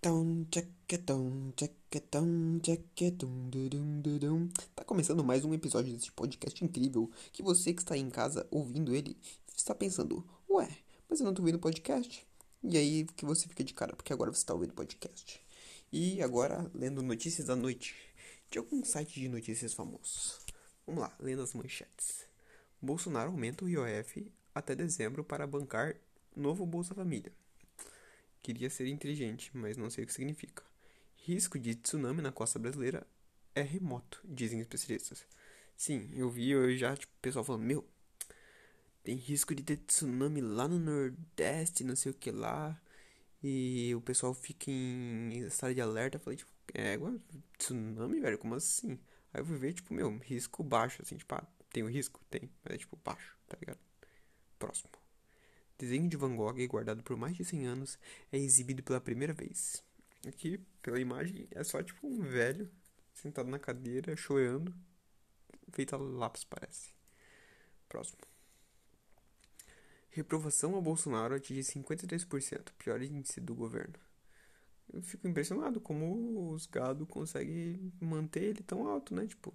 Tão, tchacatum, tchacatum, tchacatum, dudum, dudum. Tá começando mais um episódio desse podcast incrível que você que está aí em casa ouvindo ele está pensando, ué, mas eu não tô ouvindo podcast? E aí que você fica de cara, porque agora você está ouvindo podcast. E agora, lendo notícias da noite de algum site de notícias famosos. Vamos lá, lendo as manchetes. Bolsonaro aumenta o IOF até dezembro para bancar novo Bolsa Família. Queria ser inteligente, mas não sei o que significa. Risco de tsunami na costa brasileira é remoto, dizem especialistas. Sim, eu vi eu já, tipo, o pessoal falando, meu, tem risco de ter tsunami lá no Nordeste, não sei o que lá. E o pessoal fica em estado de alerta. Eu Falei, tipo, é, agora, tsunami, velho, como assim? Aí eu fui ver, tipo, meu, risco baixo, assim, tipo, ah, tem o risco? Tem, mas é tipo baixo, tá ligado? Próximo. Desenho de Van Gogh, é guardado por mais de 100 anos, é exibido pela primeira vez. Aqui, pela imagem, é só tipo um velho sentado na cadeira, chorando, feito a lápis, parece. Próximo. Reprovação a Bolsonaro atinge 53%, pior índice do governo. Eu fico impressionado como os gado conseguem manter ele tão alto, né? Tipo,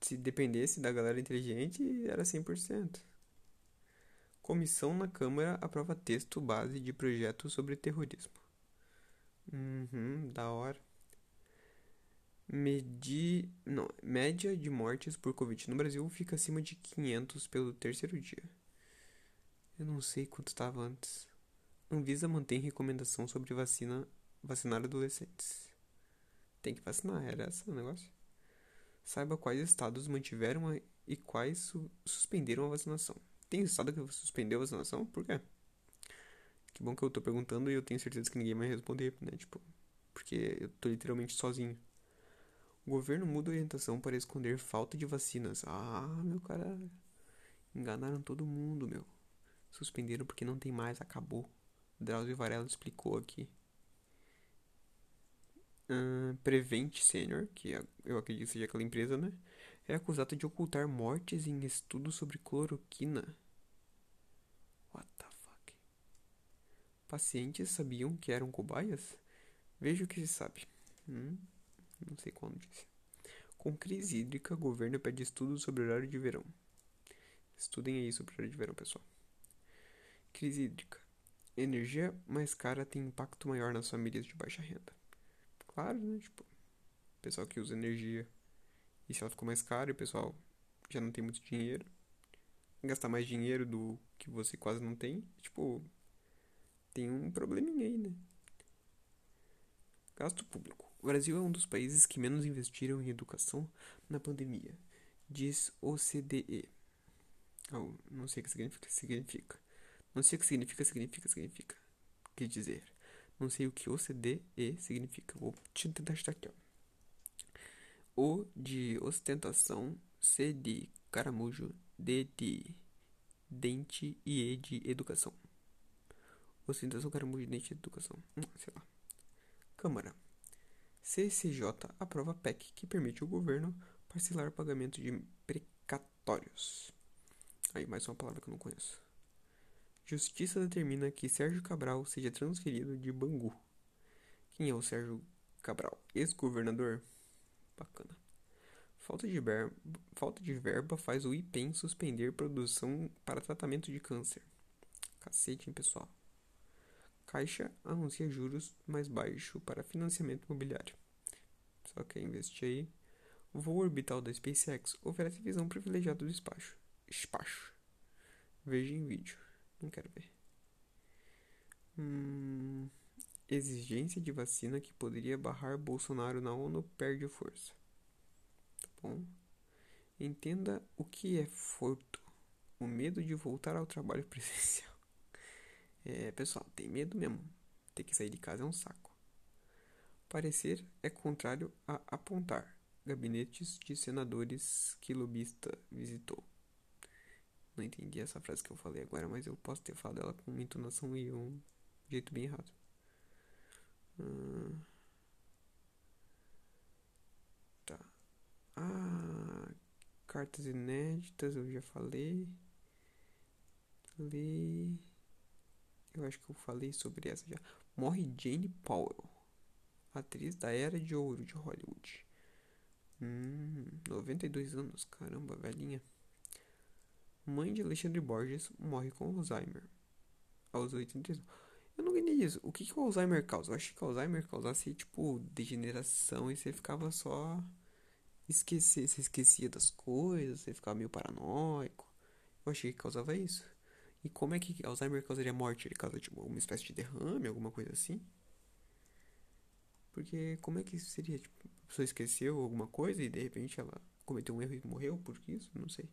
se dependesse da galera inteligente, era 100%. Comissão na Câmara aprova texto base de projeto sobre terrorismo. Uhum, da hora. Medi... Não, média de mortes por Covid no Brasil fica acima de 500 pelo terceiro dia. Eu não sei quanto estava antes. Anvisa mantém recomendação sobre vacina vacinar adolescentes. Tem que vacinar, era esse o negócio? Saiba quais estados mantiveram a- e quais su- suspenderam a vacinação. Tem estado que suspendeu a vacinação? Por quê? Que bom que eu tô perguntando e eu tenho certeza que ninguém vai responder, né? Tipo, porque eu tô literalmente sozinho. O governo muda a orientação para esconder falta de vacinas. Ah, meu cara. Enganaram todo mundo, meu. Suspenderam porque não tem mais, acabou. Drauzio Varela explicou aqui. Ahn, Prevent Senior, que é- eu acredito que seja aquela empresa, né? É acusada de ocultar mortes em estudo sobre cloroquina. What the fuck? Pacientes sabiam que eram cobaias? Veja o que se sabe. Hum, não sei qual notícia. Com crise hídrica, governo pede estudo sobre horário de verão. Estudem aí sobre horário de verão, pessoal. Crise hídrica. Energia mais cara tem impacto maior nas famílias de baixa renda. Claro, né? Tipo, pessoal que usa energia. E se ela ficou mais cara e o pessoal já não tem muito dinheiro, gastar mais dinheiro do que você quase não tem, tipo, tem um probleminha aí, né? Gasto público. O Brasil é um dos países que menos investiram em educação na pandemia, diz OCDE. Oh, não sei o que significa, significa. Não sei o que significa, significa, significa. Quer dizer, não sei o que OCDE significa. Vou te tentar estar aqui, ó. O de ostentação, C de caramujo, D de dente e E de educação. Ostentação, caramujo, dente e educação. Hum, sei lá. Câmara. CCJ aprova PEC que permite ao governo parcelar o pagamento de precatórios. Aí, mais uma palavra que eu não conheço. Justiça determina que Sérgio Cabral seja transferido de Bangu. Quem é o Sérgio Cabral? Ex-governador? Bacana. Falta de, ver- Falta de verba faz o IPEM suspender produção para tratamento de câncer. Cacete, hein, pessoal. Caixa anuncia juros mais baixo para financiamento imobiliário. Só quer investir aí. Voo orbital da SpaceX oferece visão privilegiada do espaço. Espaço. Veja em vídeo. Não quero ver. Hum, exigência de vacina que poderia barrar Bolsonaro na ONU perde força. Tá bom? Entenda o que é furto. O medo de voltar ao trabalho presencial. É, pessoal, tem medo mesmo. Ter que sair de casa é um saco. Parecer é contrário a apontar. Gabinetes de senadores que lobista visitou. Não entendi essa frase que eu falei agora, mas eu posso ter falado ela com uma entonação e um jeito bem errado. Hum. Tá. Ah, cartas inéditas, eu já falei. Lei. Eu acho que eu falei sobre essa já. Morre Jane Powell, atriz da Era de Ouro de Hollywood. Hum, 92 anos, caramba, velhinha. Mãe de Alexandre Borges morre com Alzheimer. Aos 89. Eu não entendi isso. O que, que o Alzheimer causa? Eu achei que o Alzheimer causasse, tipo, degeneração e você ficava só. Esquecia, você esquecia das coisas, você ficava meio paranoico. Eu achei que causava isso. E como é que Alzheimer causaria morte? Ele causa, tipo, uma espécie de derrame, alguma coisa assim? Porque como é que isso seria? Tipo, a pessoa esqueceu alguma coisa e de repente ela cometeu um erro e morreu por isso? Não sei.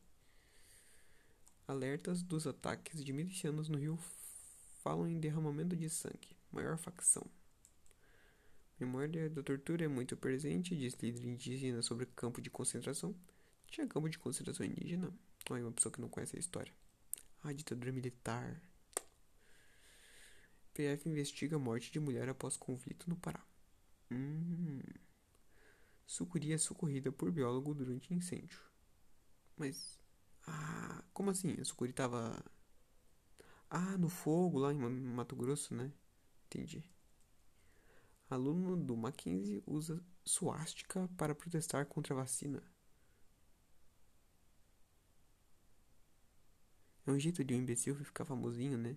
Alertas dos ataques de milicianos no Rio falam em derramamento de sangue, maior facção. Memória da tortura é muito presente, diz líder indígena sobre campo de concentração. Tinha campo de concentração indígena? Olha, uma pessoa que não conhece a história. Ah, ditadura militar. PF investiga a morte de mulher após conflito no Pará. Hum. Sucuri é socorrida por biólogo durante incêndio. Mas. Ah, como assim? A sucuri tava. Ah, no fogo lá em Ma- Mato Grosso, né? Entendi. Aluno do Mackenzie usa suástica para protestar contra a vacina. É um jeito de um imbecil ficar famosinho, né?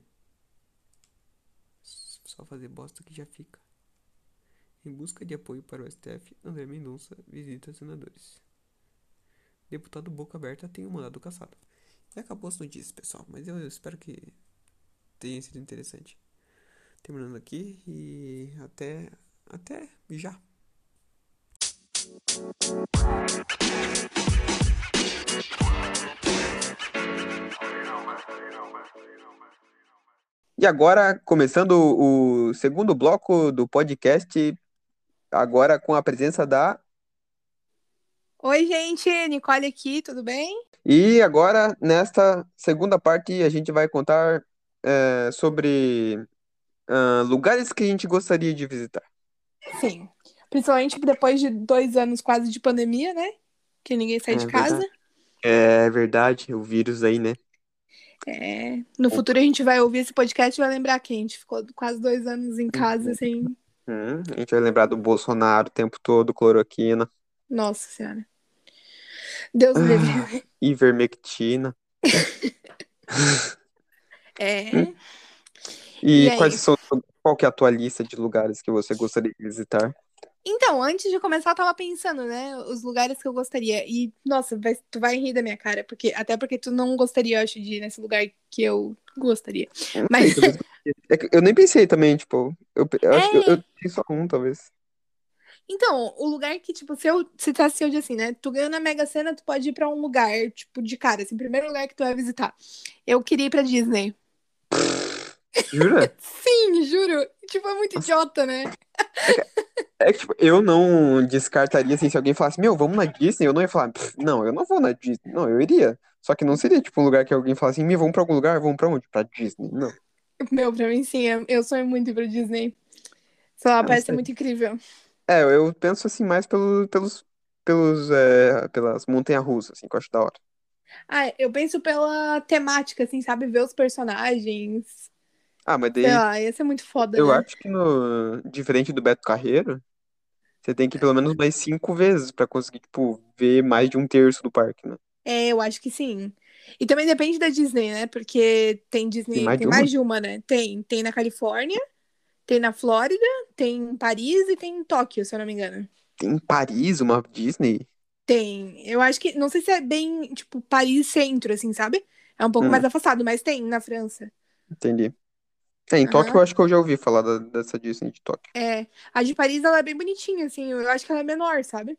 S- Só fazer bosta que já fica. Em busca de apoio para o STF, André Mendonça visita senadores. Deputado Boca Aberta tem o mandado cassado. E acabou as notícias, pessoal, mas eu espero que tenha sido interessante. Terminando aqui e até até já. E agora, começando o segundo bloco do podcast, agora com a presença da. Oi, gente, Nicole aqui, tudo bem? E agora, nesta segunda parte, a gente vai contar eh, sobre ah, lugares que a gente gostaria de visitar. Sim. Principalmente depois de dois anos quase de pandemia, né? Que ninguém sai É de casa. É verdade, o vírus aí, né? É. No futuro a gente vai ouvir esse podcast e vai lembrar que a gente ficou quase dois anos em casa, assim. Hum, a gente vai lembrar do Bolsonaro o tempo todo, cloroquina, Nossa Senhora. Deus me livre. ivermectina. É. E, E aí? quais são, qual que é a tua lista de lugares que você gostaria de visitar? Então, antes de começar, eu tava pensando, né? Os lugares que eu gostaria. E, nossa, vai- tu vai rir da minha cara, porque até porque tu não gostaria, eu acho, de ir nesse lugar que eu gostaria. Eu não sei, Mas talvez- é que eu nem pensei também, tipo, eu, pe- eu acho que eu, É. eu pensei só um, talvez. Então, o lugar que, tipo, se eu se tá se eu dizer assim, né? Tu ganhou na Mega Sena, tu pode ir pra um lugar, tipo, de cara, assim, primeiro lugar que tu vai visitar. Eu queria ir pra Disney. Jura? Sim, juro. Tipo, é muito idiota, né? É que, tipo, eu não descartaria, assim, se alguém falasse, meu, vamos na Disney, eu não ia falar, "Pff, não, eu não vou na Disney, não, eu iria. Só que não seria, tipo, um lugar que alguém falasse, assim, meu, vamos pra algum lugar, vamos pra onde? Pra Disney, não. Meu, pra mim, sim, eu eu sonho muito ir pra Disney. Sei lá, Eu não parece ser sei. muito incrível. É, eu penso, assim, mais pelo, pelos, pelos, é, pelas montanhas-russas, assim, que eu acho da hora. Ah, eu penso pela temática, assim, sabe? Ver os personagens. Ah, mas Sei daí, lá, ia ser muito foda, eu né? acho que no, diferente do Beto Carreiro, Você tem que ir pelo menos mais cinco vezes pra conseguir, tipo, ver mais de um terço do parque, né? É, eu acho que sim. E também depende da Disney, né? Porque Tem tem Disney, mais tem de uma? mais de uma, né? Tem, tem na Califórnia. Tem na Flórida, tem em Paris e tem em Tóquio, se eu não me engano. Tem em Paris uma Disney? Tem. Eu acho que. Não sei se é bem, tipo, Paris centro, assim, sabe? É um pouco mais Hum, afastado, mas tem na França. entendi. É, em Tóquio Aham. eu acho que eu já ouvi falar da- dessa Disney de Tóquio. É. A de Paris, ela é bem bonitinha, assim. Eu acho que ela é menor, sabe?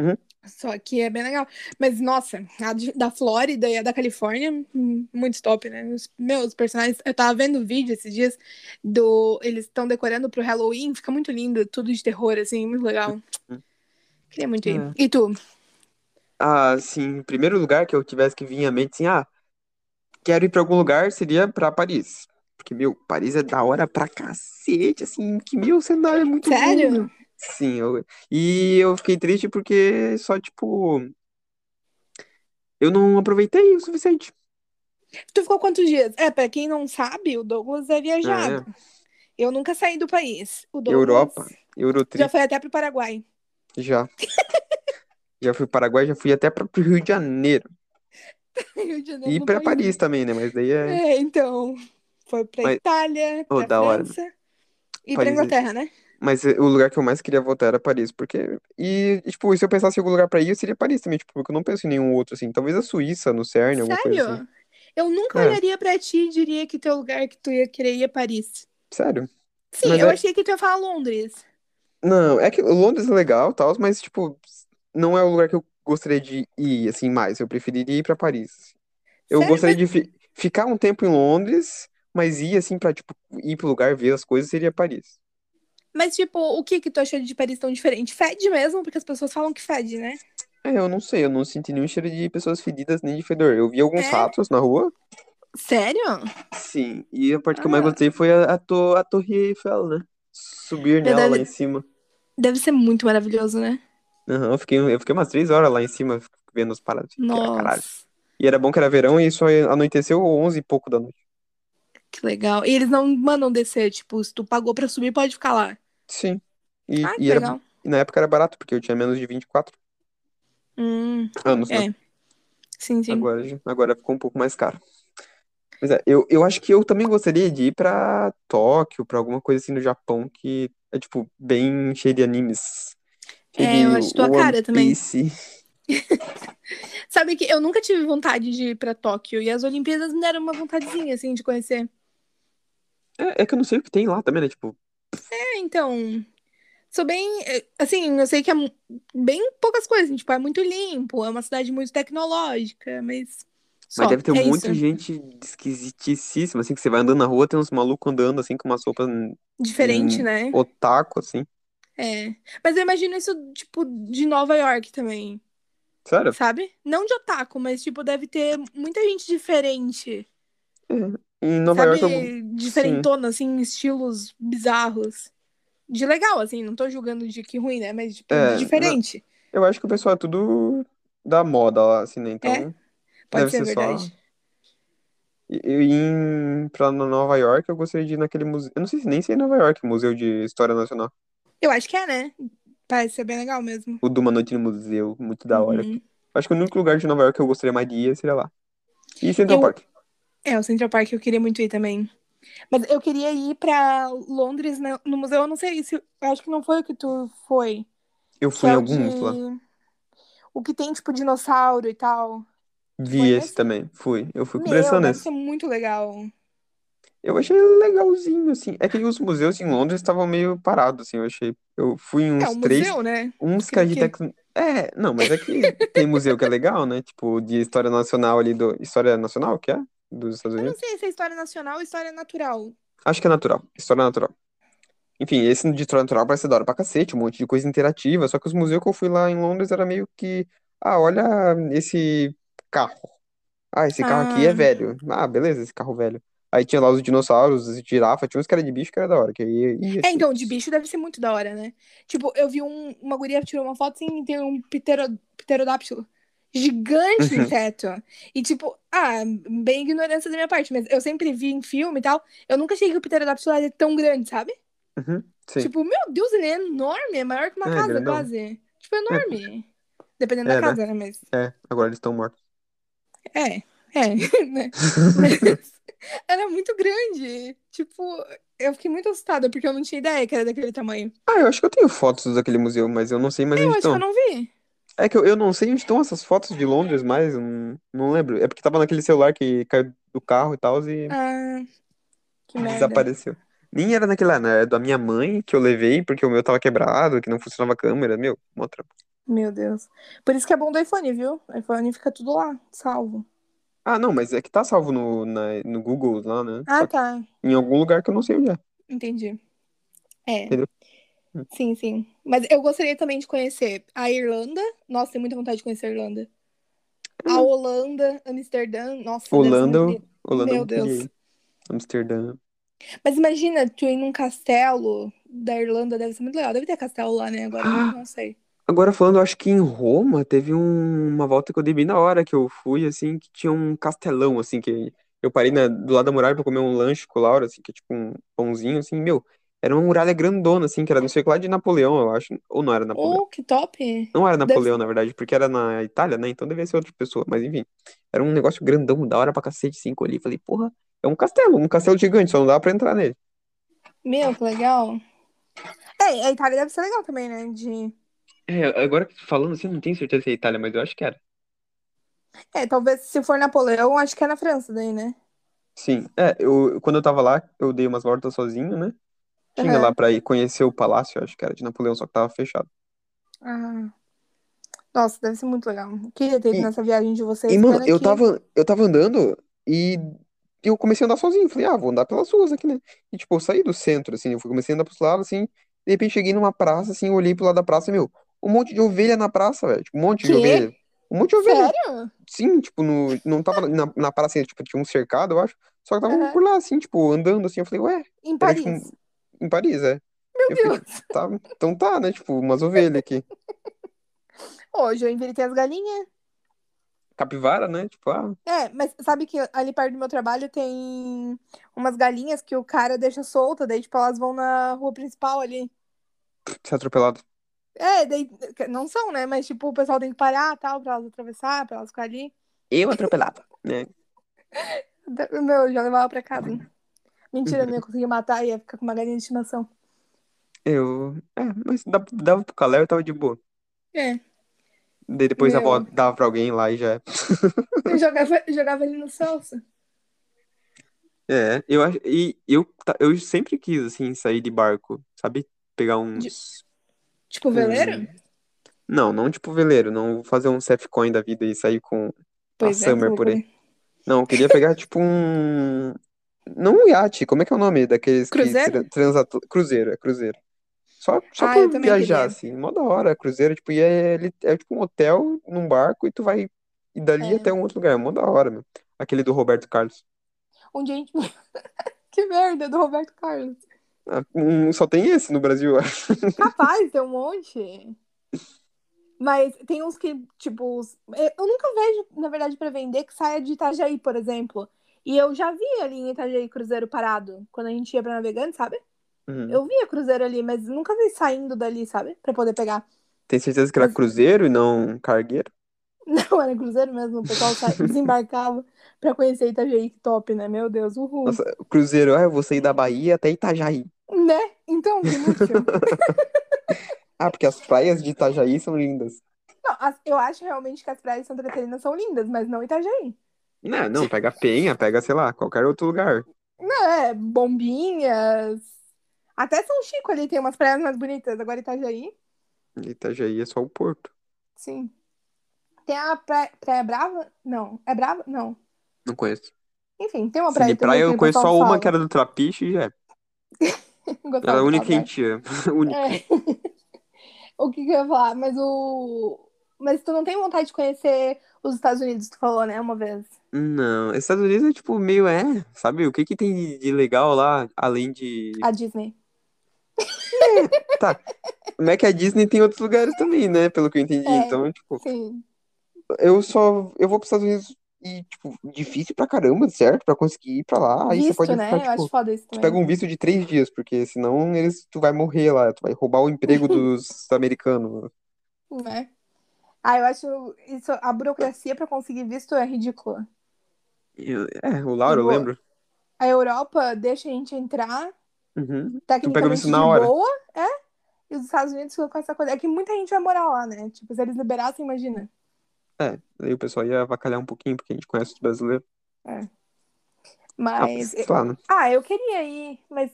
Uhum. Só que é bem legal. Mas, nossa, a de- da Flórida e a da Califórnia, hum, muito top, né? Os, meus personagens. Eu tava vendo um vídeo esses dias do. Eles estão decorando pro Halloween, fica muito lindo, tudo de terror, assim, muito legal. Uhum. Queria muito ir. É. E tu? Ah, sim, em primeiro lugar que eu tivesse que vir em mente, assim, ah, quero ir pra algum lugar, seria pra Paris. Porque, meu, Paris é da hora pra cacete, assim, que, meu, o cenário é muito bom, Sério? meu. Sim, eu... e eu fiquei triste porque só, tipo, eu não aproveitei o suficiente. Tu ficou quantos dias? É, pra quem não sabe, o Douglas é Ah, viajado. é. Eu nunca saí do país. O Douglas Europa, Eurotrip, Já foi até pro Paraguai. já. Já fui pro Paraguai, já fui até para o Rio de Janeiro. Rio de Janeiro E não para foi. Paris também, né? Mas daí é. É, então. Foi pra Mas- Itália, Oh, pra da hora. França e pra Paris é- Inglaterra, né? Mas eh, o lugar que eu mais queria voltar era Paris, porque. E, e, tipo, se eu pensasse em algum lugar pra ir, seria Paris também, tipo, porque eu não penso em nenhum outro, assim. Talvez a Suíça, no CERN, alguma coisa assim. Sério? Eu nunca É. olharia pra ti e diria que teu lugar que tu ia querer ir é Paris. Sério. Sim, Mas eu é- achei que tu ia falar Londres. Não, é que Londres é legal, tal, mas, tipo, não é o lugar que eu gostaria de ir, assim, mais. Eu preferiria ir pra Paris. assim. Eu Sério? gostaria de fi- ficar um tempo em Londres, mas ir, assim, pra, tipo, ir pro lugar, ver as coisas, seria Paris. Mas, tipo, o que que tu achou de Paris tão diferente? Fede mesmo? Porque as pessoas falam que fede, né? É, eu não sei, eu não senti nenhum cheiro de pessoas fedidas nem de fedor. Eu vi alguns É? ratos na rua. Sério? Sim, e a parte que eu mais Ah. gostei foi a, a, to- a Torre Eiffel, né? Subir nela lá Verdade. em cima. Deve ser muito maravilhoso, né? Aham, eu fiquei, eu fiquei umas três horas lá em cima vendo os paradas. Fiquei, ah, caralho. Nossa, E era bom que era verão e só anoiteceu 11 e pouco da noite. que legal. E eles não mandam descer, tipo, se tu pagou pra subir, pode ficar lá. Sim. E, Ah, que e, era- legal. e na época era barato, porque eu tinha menos de 24 Hum, anos, né? é. Sim, sim. Agora, já- agora ficou um pouco mais caro. Mas é, eu, eu acho que eu também gostaria de ir pra Tóquio, pra alguma coisa assim no Japão, que é, tipo, bem cheio de animes. Cheio É, eu de acho tua One cara também. Piece. Sabe que eu nunca tive vontade de ir pra Tóquio e as Olimpíadas me deram uma vontadezinha, assim, de conhecer. É, é que eu não sei o que tem lá também, né? Tipo, É, então. Sou bem. eh, Assim, eu sei que é mu- bem poucas coisas, assim, tipo, é muito limpo, é uma cidade muito tecnológica, mas. mas só, deve ter é muita isso. gente esquisitíssima, assim, que você vai andando na rua, tem uns malucos andando, assim, com umas roupas Diferente, Hum. né? otaku, assim. É. Mas eu imagino isso, tipo, de Nova York também, Sério? sabe? Não de otaku, mas, tipo, deve ter muita gente diferente. Em Nova sabe? York, Diferentona, assim, estilos bizarros. De legal, assim, não tô julgando de que ruim, né? Mas, tipo, É, de diferente. eu, eu acho que o pessoal é tudo da moda lá, assim, né? Então, É? deve Pode ser, ser só- verdade. e- e em, pra Nova York, eu gostaria de ir naquele museu. Eu não sei se nem sei em Nova York, Museu de História Nacional. Eu acho que é, né? Parece ser bem legal mesmo. O de uma noite no museu, muito da hora. Uhum. Acho que o único lugar de Nova York que eu gostaria mais de ir seria lá. E Central Eu- Park. É, o Central Park eu queria muito ir também. Mas eu queria ir pra Londres né, no museu, eu não sei se. Eu acho que não foi o que tu foi. Eu que fui em é o alguns de- lá. O que tem, tipo, dinossauro e tal. Vi Foi esse nesse? também, fui. Eu fui com Meu, pressão deve nesse. ser muito legal. Eu achei legalzinho, assim. É que os museus em Londres estavam meio parados, assim, eu achei. Eu fui em uns É, um três, museu, né? uns que Que- a gente... É, não, mas é que tem museu que é legal, né? Tipo, de história nacional ali do... História nacional, que é? Dos Estados Eu não Unidos? sei se é história nacional ou história natural. Acho que é natural. História natural. Enfim, esse de história natural parece da hora pra cacete, um monte de coisa interativa. Só que os museus que eu fui lá em Londres era meio que... Ah, olha esse carro. Ah, esse carro aqui é Ah. velho. Ah, beleza, esse carro velho. Aí tinha lá os dinossauros, as girafas, tinha uns que era de bicho que era da hora, que aí ia, É, então, de bicho deve ser muito da hora, né? Tipo, eu vi um, uma guria tirou uma foto assim, e tem um ptero, pterodáptilo gigante Uhum. no teto. E tipo, ah, bem ignorância da minha parte, mas eu sempre vi em filme e tal, eu nunca achei que o pterodáptilo era tão grande, sabe? Uhum, sim. Tipo, meu Deus, ele é enorme, é maior que uma É, casa grandão. quase. Tipo, enorme. Dependendo É, da né? casa, né? Mas, É, agora eles estão mortos. é, é, né? Mas era muito grande. Tipo, eu fiquei muito assustada, porque eu não tinha ideia que era daquele tamanho. Ah, eu acho que eu tenho fotos daquele museu, mas eu não sei mais Eu onde acho que estão. eu não vi. É que eu, eu não sei onde estão essas fotos de Londres mais, não, não lembro. É porque tava naquele celular que caiu do carro e tal e Ah, que merda. desapareceu. Nem era naquele lá, né? Era da minha mãe que eu levei porque o meu tava quebrado, que não funcionava a câmera, meu, mó trampo. Meu Deus. Por isso que é bom do iPhone, viu? O iPhone fica tudo lá, salvo. Ah, não, mas é que tá salvo no, na- no Google lá, né? Ah, Só que tá. em algum lugar que eu não sei onde é. Entendi. É. Entendeu? Sim, sim. Mas eu gostaria também de conhecer a Irlanda. Nossa, tenho muita vontade de conhecer a Irlanda. A Holanda, Amsterdã. Nossa, deve ser Ah. Holanda, muito bonito. Holanda, Meu eu queria Deus. ir. um Amsterdã. Mas imagina, tu ir num castelo da Irlanda, deve ser muito legal. Deve ter castelo lá, né? Agora Ah. não sei. Agora falando, eu acho que em Roma teve um- uma volta que eu dei bem na hora que eu fui, assim, que tinha um castelão, assim, que Eu parei na- do lado da muralha pra comer um lanche com o Laura, assim, que é tipo um pãozinho, assim, meu. Era uma muralha grandona, assim, que era não sei o que lá de Napoleão, eu acho. Ou não era Napoleão. Oh, que top! Não era Deve- Napoleão, na verdade, porque era na Itália, né? Então devia ser outra pessoa, mas enfim. Era um negócio grandão, da hora pra cacete, assim, que eu olhei e Falei, porra, é um castelo, um castelo gigante, só não dá pra entrar nele. Meu, que legal. Ah. É, a Itália deve ser legal também, né? De... É, agora que falando assim, não tenho certeza se é Itália, mas eu acho que era. É, talvez se for Napoleão, acho que é na França daí, né? Sim, é, eu, quando eu tava lá, eu dei umas voltas sozinho, né? Tinha Aham. lá pra ir conhecer o palácio, acho que era de Napoleão, só que tava fechado. Ah. Nossa, deve ser muito legal. Queria ter ido E- nessa viagem de vocês. E, mano, pena eu que- tava, eu tava andando e eu comecei a andar sozinho. Falei, ah, vou andar pelas ruas aqui, né? E, tipo, eu saí do centro, assim, eu fui- comecei a andar pros lados, assim. De repente, cheguei numa praça, assim, eu olhei pro lado da praça, meu, um monte de ovelha na praça, velho. Tipo, um monte de Quê? ovelha. Um monte de ovelha. Sério? Sim, tipo, no, não tava na, na praça, tipo, tinha um cercado, eu acho. Só que tava Aham. por lá, assim, tipo, andando, assim. Eu falei, ué, Em era, tipo, Paris. em Paris, é. Meu Eu fiquei, Deus. tipo, tá, então tá, né? Tipo, umas ovelhas aqui. Hoje eu invertei as galinhas. Capivara, né? Tipo, ah, É, mas sabe que ali perto do meu trabalho tem umas galinhas que o cara deixa solta, daí, tipo, elas vão na rua principal ali. ser atropelado. É, daí. Não são, né? Mas, tipo, o pessoal tem que parar tal, pra elas atravessar, pra elas ficarem ali. Eu atropelava, né? Da- Meu, eu já levava pra casa. Mentira, eu não ia conseguir matar, ia ficar com uma galinha de estimação. Eu. É, mas dava, dava pro Calé, eu tava de boa. É. Daí depois Meu. dava, dava pra alguém lá e já. Eu jogava, eu jogava ele no Celso. É, eu acho. E eu, ta- eu sempre quis, assim, sair de barco, sabe? Pegar uns. Tipo, veleiro? um- Não, não tipo veleiro, não fazer um Cefcoin da vida e sair com a Pois é, que Summer por aí. loucura. Não, eu queria pegar, tipo, um. Não um iate, como é que é o nome daqueles que Cruzeiro? tra- transatl... Cruzeiro, é cruzeiro. Só, só Ah, pra eu também viajar, queria. assim, mó da hora, cruzeiro, tipo, e é, ele- é tipo um hotel num barco e tu vai e dali É. até um outro lugar, mó da hora, meu. Aquele do Roberto Carlos. Onde Um a gente. que merda, do Roberto Carlos. Ah, hum, só tem esse no Brasil, eu acho. Capaz, tem um monte. Mas tem uns que, tipo, os- eu nunca vejo, na verdade, pra vender que saia de Itajaí, por exemplo. E eu já vi ali em Itajaí Cruzeiro parado, quando a gente ia pra navegante, sabe? Uhum. Eu via Cruzeiro ali, mas nunca vi saindo dali, sabe? Pra poder pegar. Tem certeza que era Mas- cruzeiro e não cargueiro? Não, era Cruzeiro mesmo, o pessoal sa- desembarcava pra conhecer Itajaí, que top, né? Meu Deus, uhul. Nossa, cruzeiro, ah, eu vou sair da Bahia até Itajaí. Né? Então, que inútil. Ah, porque as praias de Itajaí são lindas. Não, as- eu acho realmente que as praias de Santa Catarina são lindas, mas não Itajaí. Não, não, pega Penha, pega, sei lá, qualquer outro lugar. Não, é, Bombinhas. Até São Chico ali tem umas praias mais bonitas. Agora Itajaí, Itajaí é só o porto. sim. Tem a praia, praia Brava? Não. É Brava? Não. Não conheço. Enfim, tem uma Assim, praia de também praia que eu o conheço pessoal só uma fala. que era do Trapiche, já. Gostava Era a de única que a falar. gente ia. Única. É. O que que eu ia falar? Mas o. Mas tu não tem vontade de conhecer os Estados Unidos, tu falou, né, uma vez. Não, Estados Unidos é tipo meio é, sabe? O que que tem de- de legal lá, além de. A Disney. Tá, como é que a Disney tem outros lugares também, né? Pelo que eu entendi. É. Então, tipo, Sim. eu só. Eu vou pros Estados Unidos e, tipo, difícil pra caramba, certo? Pra conseguir ir pra lá. Aí você Visto, pode né? ficar, Eu acho tipo. foda isso Tu também. pega um visto de três dias, porque senão eles, tu vai morrer lá, tu vai roubar o emprego dos americanos. né? Ah, eu acho isso, a burocracia pra conseguir visto é ridícula. Eu- É, o Lauro, eu Tipo, lembro. A Europa deixa a gente entrar, Uhum. Tu pega o tecnicamente visto de na hora. boa, é? E os Estados Unidos ficam com essa coisa. É que muita gente vai morar lá, né? Tipo, se eles liberassem, imagina. É, aí o pessoal ia avacalhar um pouquinho, porque a gente conhece os brasileiros. Ah, mas, Mas. sei lá, né? Ah, eu queria ir, mas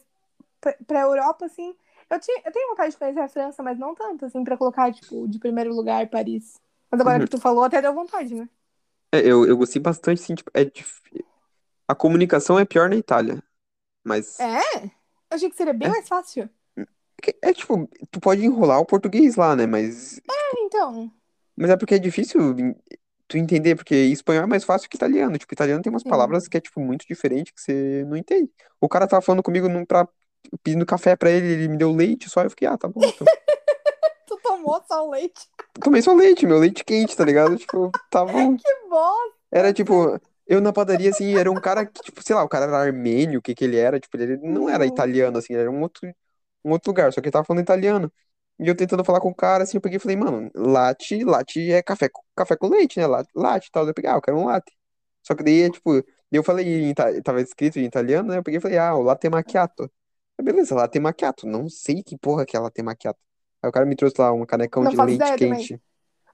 pra, pra Europa, assim. Eu, tinha, eu tenho vontade de conhecer a França, mas não tanto, assim, pra colocar, tipo, de primeiro lugar Paris. Mas agora Uhum. que tu falou, até deu vontade, né? É, eu, eu gostei bastante, assim, tipo, é dif- a comunicação é pior na Itália, mas é, É? Eu achei que seria bem É. mais fácil. que- é, tipo, tu pode enrolar o português lá, né, mas, É, então. mas é porque é difícil em- tu entender, porque espanhol é mais fácil que italiano, tipo, italiano tem umas Sim. palavras que é, tipo, muito diferente, que você não entende. O cara tava falando comigo num, pra, pedindo café pra ele, ele me deu leite só, eu fiquei, ah, tá bom, então. Tu tomou só o leite. Tomei só leite, meu, leite quente, tá ligado? Tipo, tá bom. Que bosta! Era tipo, Eu na padaria, assim, era um cara que, tipo, sei lá, o cara era armênio, o que que ele era, tipo, ele não era Uhum. italiano, assim, era um outro, um outro lugar, só que ele tava falando italiano. E eu tentando falar com o cara, assim, eu peguei e falei, mano, latte, latte é café, com- café com leite, né, latte, latte e tal. Eu peguei, ah, eu quero um latte. Só que daí, tipo, eu falei, em ita- tava escrito em italiano, né, eu peguei e falei, ah, o latte macchiato. Ah, Beleza, latte macchiato, não sei que porra que é latte macchiato. Aí o cara me trouxe lá um canecão Não de faço leite ideia também. quente.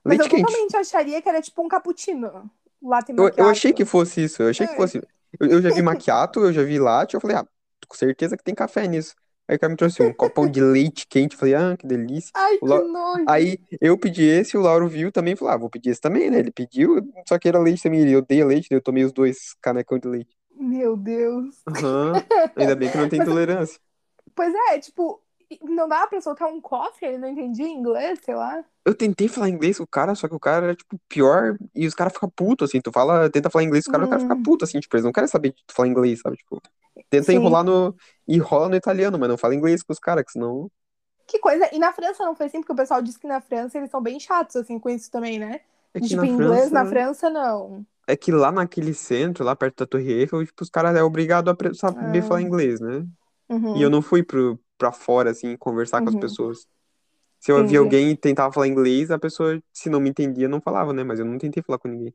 Mas Leite eu quente. totalmente acharia que era tipo um cappuccino. um Latte Eu, eu macchiato. achei que fosse isso, eu achei que É. fosse. Eu, eu já vi macchiato, eu já vi latte, eu falei, ah, com certeza que tem café nisso. Aí o cara me trouxe um copão de leite quente, eu falei, ah, que delícia. Ai, O que Lau- nojo. Aí eu pedi esse, o Lauro viu também, falou, ah, vou pedir esse também, né? Ele pediu, só que era leite também, ele odeia leite, daí eu tomei os dois canecão de leite. Meu Deus. Aham, Ainda bem que não tem Mas- tolerância. Pois é, tipo, não dá pra soltar um coffee? Eu não entendi inglês, sei lá. Eu tentei falar inglês com o cara, só que o cara era, tipo, pior, e os caras ficam putos, assim, tu fala, tenta falar inglês com o cara, o cara fica Hum. puto, assim, tipo, eles não querem saber de tu falar inglês, sabe, tipo, tenta Sim. enrolar no, enrola no italiano, mas não fala inglês com os caras, que senão, Que coisa. E na França não foi assim, porque o pessoal diz que na França eles são bem chatos, assim, com isso também, né? é que Tipo, na inglês na França, França, não. é que lá naquele centro, lá perto da Torre Eiffel, tipo, os caras é obrigado a pre- saber Ah. falar inglês, né, Uhum. e eu não fui pro, pra fora, assim, conversar com as Uhum. pessoas. Se eu Entendi. via alguém e tentava falar inglês, a pessoa, se não me entendia, não falava, né, mas eu não tentei falar com ninguém.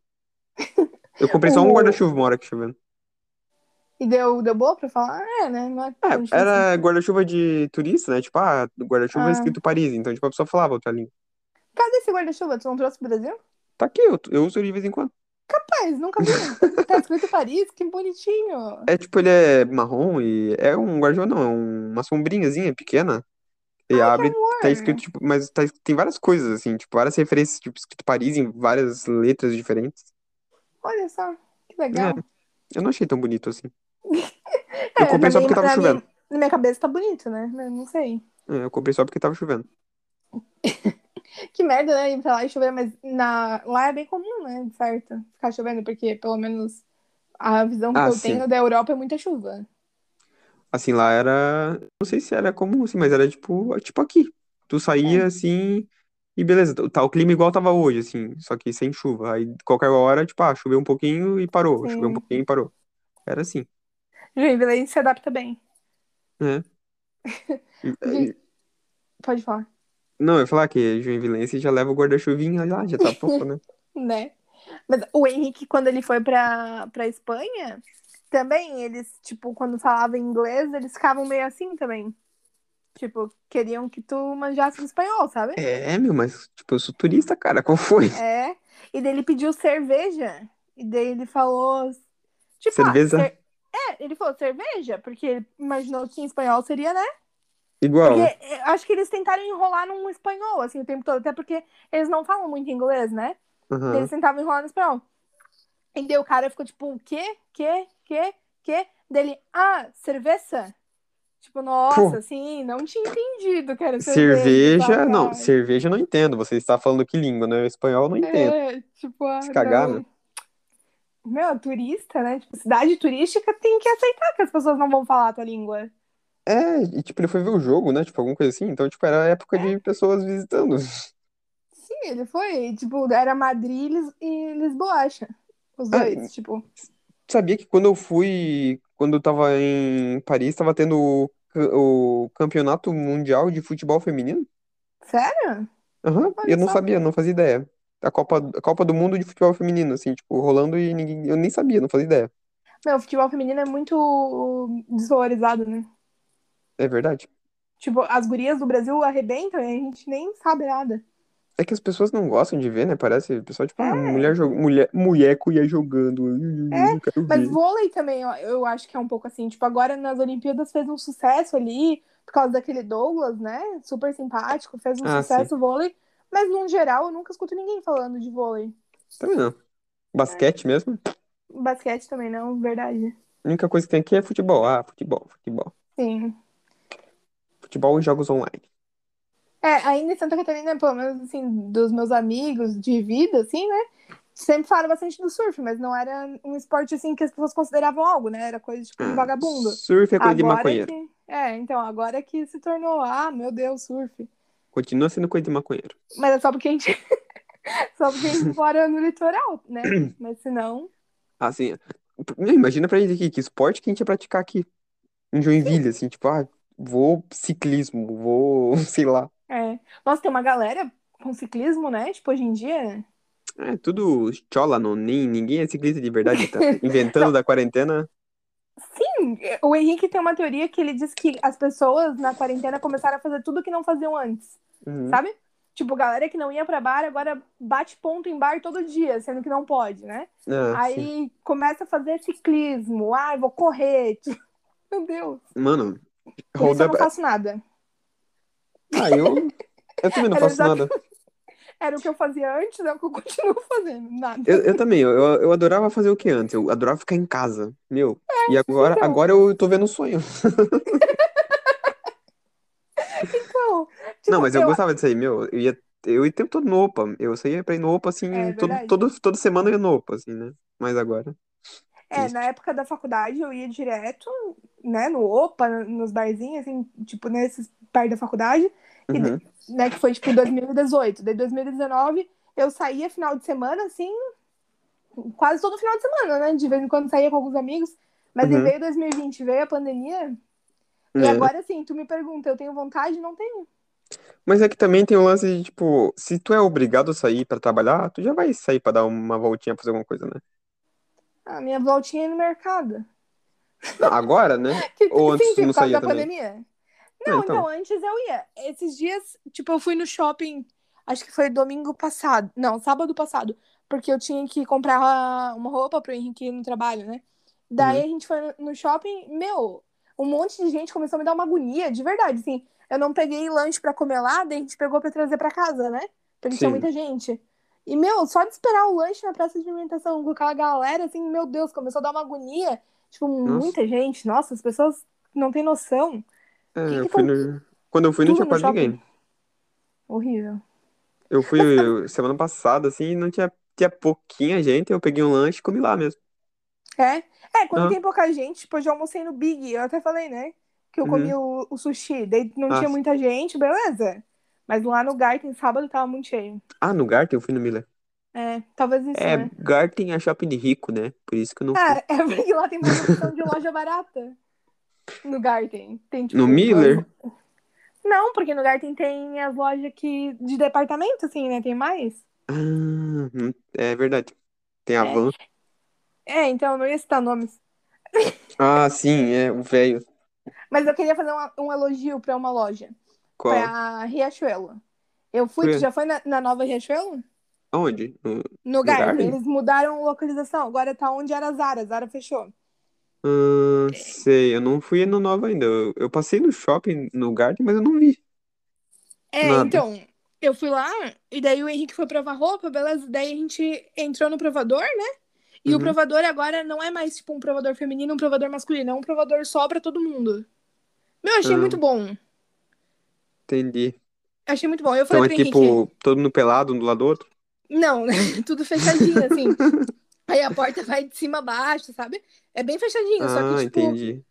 Eu comprei só um O- guarda-chuva uma hora que chovendo. E deu, deu boa pra falar? É, né? Não é tão É, difícil. era guarda-chuva de turista, né? Tipo, ah, guarda-chuva Ah. escrito Paris. Então, tipo, a pessoa falava outra língua. Cadê esse guarda-chuva? Tu não trouxe pro Brasil? Tá aqui, eu, eu uso de vez em quando. Rapaz, nunca vi. Tá escrito Paris, que bonitinho. É, tipo, ele é marrom e é um guarda-chuva, não, é um- uma sombrinhazinha pequena. E Ah, abre, então tá é. escrito, tipo, mas tá- tem várias coisas, assim, tipo, várias referências, tipo, escrito Paris em várias letras diferentes. Olha só, que É, legal. eu não achei tão bonito assim. É, Eu comprei na só minha, porque tava na minha- chovendo. na minha cabeça tá bonito, né? Mas Não sei. É, eu comprei só porque tava chovendo. Que merda, né? Ir pra lá e chover, mas na... lá é bem comum, né? De Certo? Ficar chovendo, porque pelo menos a visão que Ah, eu sim. tenho da Europa é muita chuva. Assim, lá era. Não sei se era comum, assim, mas era tipo, tipo aqui. Tu É. saía assim e beleza, tá o clima igual tava hoje, assim, só que sem chuva. Aí qualquer hora, tipo, ah, choveu um pouquinho e parou, choveu um Sim. pouquinho e parou. Era assim, Joinville se adapta bem. né? E- Gente, Pode falar, Não, eu ia falar que Joinvilense já leva o guarda-chuvinha lá, já tá pronto, né? né? Mas o Henrique, quando ele foi pra, pra Espanha, também eles, tipo, quando falavam inglês, eles ficavam meio assim também. Tipo, queriam que tu manjasse em espanhol, sabe? É, meu, mas tipo, eu sou turista, cara, qual foi? É. E daí ele pediu cerveja. E daí ele falou. Tipo, ah, Cerveza cer- é, ele falou cerveja, porque ele imaginou que em espanhol seria, né? igual, Porque né? eh, acho que eles tentaram enrolar num espanhol, assim, o tempo todo, até porque eles não falam muito inglês, né? Aham. Eles tentavam enrolar no espanhol. E daí o cara ficou tipo, o quê? Quê? Quê? Quê? Dele, ah, cerveja? Tipo, nossa, Pô. assim, não tinha entendido que era cerveja. Cerveja, sabe? não, cerveja eu não entendo. Você está falando que língua, né? Espanhol eu não entendo. É, tipo, ah, Se cagar, né? não. meu. Meu, turista, né? Tipo, cidade turística tem que aceitar que as pessoas não vão falar a tua língua. É, e tipo, ele foi ver o jogo, né? Tipo, alguma coisa assim. Então, tipo, era a época É. de pessoas visitando. Sim, ele foi. Tipo, era Madrid e Lis- e Lisboa, acha? Os Ah, dois, tipo. Sabia que quando eu fui, quando eu tava em Paris, tava tendo o, ca- o campeonato mundial de futebol feminino? Sério? Aham, Olha eu não só. sabia, não fazia ideia. A Copa, a Copa do Mundo de futebol feminino, assim, tipo, rolando e ninguém, eu nem sabia, não fazia ideia. Meu, o futebol feminino é muito desvalorizado, né? É verdade. Tipo, as gurias do Brasil arrebentam e a gente nem sabe nada. É que as pessoas não gostam de ver, né? Parece, o pessoal, tipo, ah, É. mulher, joga, mulher, mulher cuia jogando, É, não quero Mas ver. vôlei também, ó, eu acho que é um pouco assim. Tipo, agora nas Olimpíadas fez um sucesso ali, por causa daquele Douglas, né? Super simpático, fez um Ah, sucesso o vôlei. Mas, no geral, eu nunca escuto ninguém falando de vôlei. Também não. Basquete mesmo? Basquete também não, verdade. A única coisa que tem aqui é futebol. Ah, futebol, futebol. Sim. Futebol e jogos online. É, ainda em Santa Catarina, pelo menos, assim, dos meus amigos de vida, assim, né? Sempre falaram bastante do surf, mas não era um esporte, assim, que as pessoas consideravam algo, né? Era coisa, tipo, de vagabundo. Surf Ah, é coisa de Agora maconheiro. que... É, então, agora que se tornou, ah, meu Deus, surf. Continua sendo coisa de maconheiro. Mas é só porque a gente... só porque a gente mora no litoral, né? Mas se não... Assim, meu, imagina pra gente aqui, que esporte que a gente ia praticar aqui em Joinville, assim, tipo, ah, vou ciclismo, vou, sei lá. É. Nossa, tem uma galera com ciclismo, né? Tipo, hoje em dia. É tudo chola, não, nem, ninguém é ciclista de verdade, tá inventando da quarentena. Sim, o Henrique tem uma teoria que ele diz que as pessoas na quarentena começaram a fazer tudo que não faziam antes, Uhum. sabe? Tipo, galera que não ia pra bar agora bate ponto em bar todo dia, sendo que não pode, né? Ah, sim. Aí começa a fazer ciclismo. Ai, vou correr. Meu Deus. Mano, Por isso roda... eu não faço nada. Ah, eu... Eu também não Era faço exatamente- nada. Era o que eu fazia antes, é o que eu continuo fazendo. Nada. Eu, eu também, eu, eu adorava fazer o que antes, eu adorava ficar em casa, meu. E agora, então. agora eu tô vendo um sonho. Então, tipo, Não, mas eu eu- gostava disso aí, meu. Eu ia, eu ia o tempo todo no Opa. Eu saía pra ir no Opa, assim, É todo, verdade. todo, toda semana eu ia no Opa, assim, né? Mas agora. É, na época da faculdade eu ia direto, né, no Opa, nos barzinhos, assim, tipo, nesses par da faculdade, E Uhum. né, que foi tipo em 2018. Daí 2019 eu saía final de semana, assim, quase todo final de semana, né? De vez em quando saía com alguns amigos. Mas aí Uhum. veio 2020, veio a pandemia. E É. agora, assim, tu me pergunta, eu tenho vontade? Não tenho. Mas é que também tem o lance de, tipo, se tu é obrigado a sair pra trabalhar, tu já vai sair pra dar uma voltinha, fazer alguma coisa, né? A minha voltinha é no mercado. Não, agora, né? Que Ou antes sim, tu não por causa saía da também. pandemia. É, Não, então. então, antes eu ia. Esses dias, tipo, eu fui no shopping, acho que foi domingo passado. Não, sábado passado. Porque eu tinha que comprar uma roupa pro Henrique ir no trabalho, né? Daí Uhum. a gente foi no- no shopping, meu, um monte de gente começou a me dar uma agonia, de verdade, assim. Eu não peguei lanche pra comer lá, daí a gente pegou pra trazer pra casa, né? Porque tinha Sim. muita gente. E, meu, só de esperar o lanche na praça de alimentação com aquela galera, assim, meu Deus, começou a dar uma agonia. Tipo, muita gente. Nossa, as pessoas não têm noção. É, que eu que fui com- no... Quando eu fui, não tudo tinha no quase shopping? ninguém. Horrível. Eu fui eu- semana passada, assim, e não tinha, tinha pouquinha gente, eu peguei um lanche e comi lá mesmo. É? É, quando Ah. tem pouca gente, tipo, eu já almocei no Big, eu até falei, né? Que eu Uhum. comi o, o sushi. Daí não Ah. tinha muita gente, beleza. Mas lá no Garten, sábado, tava muito cheio. Ah, no Garten, eu fui no Miller. É, talvez isso, É, né? Garten é shopping de rico, né? Por isso que eu não fui. É, é porque lá tem mais opção de loja barata. No Garten. Tem, tipo, No Miller? Não, porque no Garten tem as lojas que... de departamento, assim, né? Tem mais. Ah, hum, é verdade. Tem a É. van. É, então eu não ia citar nomes. Ah, sim, é o velho. Mas eu queria fazer uma- um elogio pra uma loja. Qual? pra Riachuelo. Eu fui, Por tu quê? já foi na, na nova Riachuelo? Aonde? No- No Garden. Garden? Eles mudaram localização. Agora tá onde era a Zara. A Zara fechou. Ah, sei, eu não fui no Nova ainda. Eu, eu passei no shopping, no Garden, mas eu não vi. É, Nada. então, eu fui lá e daí o Henrique foi provar roupa, beleza? Daí a gente entrou no provador, né? E o Uhum. provador agora não é mais tipo um provador feminino, um provador masculino. É um provador só pra todo mundo. Meu, achei Ah. muito bom. Entendi. Achei muito bom. Eu Então falei é pro Henrique. tipo, todo mundo pelado um do lado do outro? Não, né? tudo fechadinho, assim. Aí a porta vai de cima a baixo, sabe? É bem fechadinho, só Ah, que, tipo, entendi.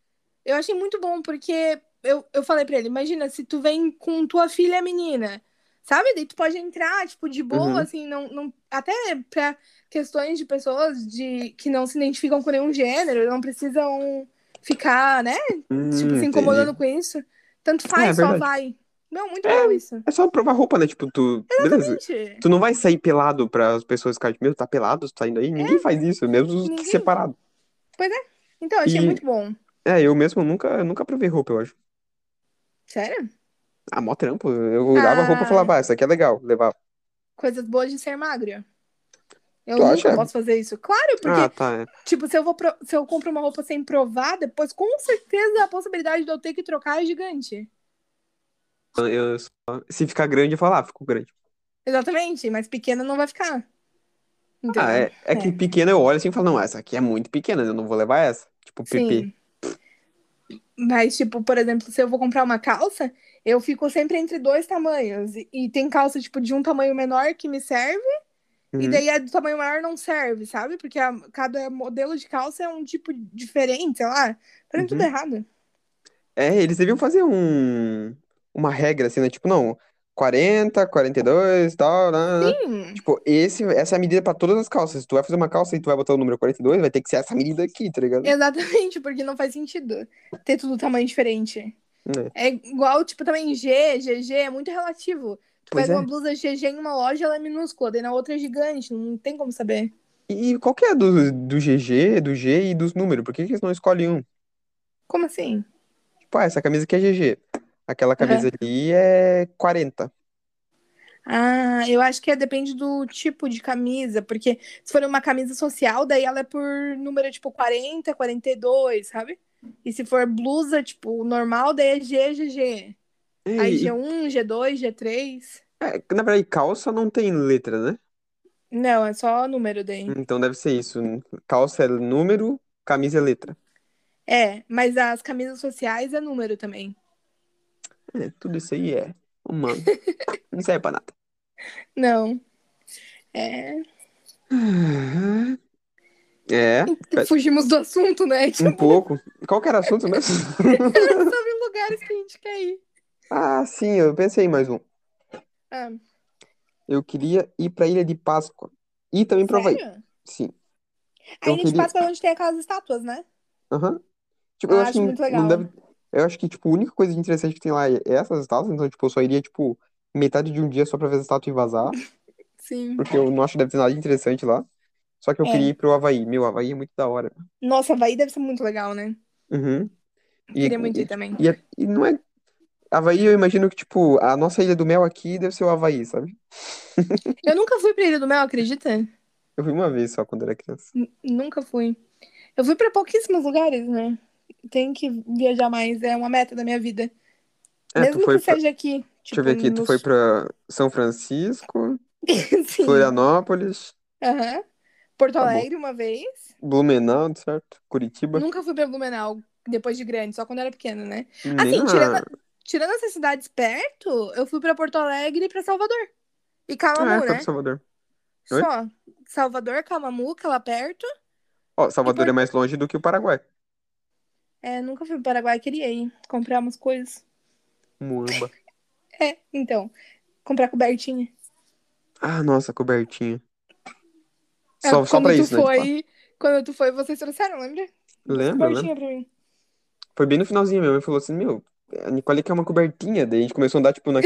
Eu achei muito bom, porque eu, eu falei pra ele, imagina, se tu vem com tua filha menina, sabe? Daí tu pode entrar, tipo, de boa, Uhum. assim, não, não... Até pra questões de pessoas de que não se identificam com nenhum gênero, não precisam ficar, né? Hum, tipo, se entendi. incomodando com isso. Tanto faz, É, só verdade. vai. Não, muito É. bom isso. É só provar roupa, né? Tipo, tu. Beleza. Gente, Tu não vai sair pelado para as pessoas ficarem, meu, tá pelado, tu tá indo aí? Ninguém faz isso, mesmo os É. ninguém. separados. então, eu achei E- muito bom. É, eu mesmo nunca, eu nunca provei roupa, eu acho. Sério? Ah, mó trampo. Eu olhava a roupa Ah. e falava, ah, isso aqui é legal, levar. Coisas boas de ser magro. Eu Tu nunca acha? posso fazer isso. Claro, porque Ah, tá. é. Tipo, se eu, vou pro- se eu compro uma roupa sem provar, depois com certeza é a possibilidade de eu ter que trocar é gigante. Eu só- é. Se ficar grande, eu falo, ah, ficou grande. Exatamente, mas pequena não vai ficar. Entendeu? Ah, é, é que pequena eu olho assim e falo, não, essa aqui é muito pequena, eu não vou levar essa. Tipo, PP. Sim. Mas, tipo, por exemplo, se eu vou comprar uma calça, eu fico sempre entre dois tamanhos. E, e tem calça, tipo, de um tamanho menor que me serve, e Uhum. daí a do tamanho maior não serve, sabe? Porque a- cada modelo de calça é um tipo diferente, sei lá. Fazendo tudo Uhum. errado. É, eles deviam fazer um... uma regra assim, né? Tipo, não, 40, 42 e tal, né? Sim. Tipo, esse, essa é a medida pra todas as calças. Se tu vai fazer uma calça e tu vai botar o número 42, vai ter que ser essa medida aqui, tá ligado? Exatamente, porque não faz sentido ter tudo tamanho diferente. É. É igual, tipo, também G, GG, é muito relativo. Tu Pois pega é. uma blusa GG em uma loja, ela é minúscula, daí na outra é gigante, não tem como saber. E qual que é do, do GG, do G e dos números? Por que, que eles não escolhem um? Como assim? Tipo, ah, essa camisa aqui é GG. Aquela camisa ali é 40. Ah, eu acho que é, depende do tipo de camisa, porque se for uma camisa social, daí ela é por número tipo 40, 42, sabe? E se for blusa, tipo, normal, daí é G, GG. Aí E- G1, G2, G3. é, na verdade, calça não tem letra, né? Não, é só número daí. Então deve ser isso. Calça é número, camisa é letra. É, mas as camisas sociais é número também. É, tudo isso aí é humano. Não serve pra nada. Não. É, É, fugimos do assunto, né? um pouco. Qual que era o assunto mesmo? Sobre lugares que a gente quer ir. Ah, sim, eu pensei em mais um. Ah, Eu queria ir pra Ilha de Páscoa. E também pra Havaí. sério? Sim. Aí Então Eu a gente queria- passa pra onde tem aquelas estátuas, né? Aham. Tipo, eu Ah, acho acho que muito não legal. deve- Eu acho que, tipo, a única coisa interessante que tem lá é essas estátuas. Então, tipo, eu só iria, tipo, metade de um dia só pra ver as estátuas e vazar. Sim. Porque eu não acho que deve ter nada interessante lá. Só que eu É. queria ir pro Havaí. Meu, Havaí é muito da hora. Nossa, Havaí deve ser muito legal, né? Uhum. E, Queria muito ir também. e, é- e não é. Havaí, eu imagino que, tipo, a nossa Ilha do Mel aqui deve ser o Havaí, sabe? Eu nunca fui pra Ilha do Mel, acredita? Eu fui uma vez só quando era criança. N- nunca fui. Eu fui pra pouquíssimos lugares, né? Tem que viajar mais, é uma meta da minha vida. É, Mesmo tu foi que pra... seja aqui. tipo, Deixa eu ver aqui, tu foi pra tipo, São Francisco, pra. Sim. Florianópolis, Aham. Porto Tá bom. Alegre uma vez. Blumenau, certo? Curitiba. Nunca fui pra Blumenau depois de grande, só quando era pequena, né? Nem Assim, na- É, tirando, tirando essas cidades perto, eu fui pra Porto Alegre e pra Salvador. E Ah, é, Camamu, foi né? pro Salvador. Oi? Só. Salvador, Camamu, que é lá perto. Ó, Salvador E por- é mais longe do que o Paraguai. É, nunca fui pro Paraguai, queria ir comprar umas coisas. Muamba. É, então. Comprar cobertinha. Ah, nossa, cobertinha. É, Só, só quando pra tu isso, né? foi, de fato. Quando tu foi, vocês trouxeram, lembra? Lembra, né? Cobertinha pra mim. Foi bem no finalzinho, minha mãe falou assim, meu, a Nicole quer uma cobertinha. Daí a gente começou a andar, tipo, na...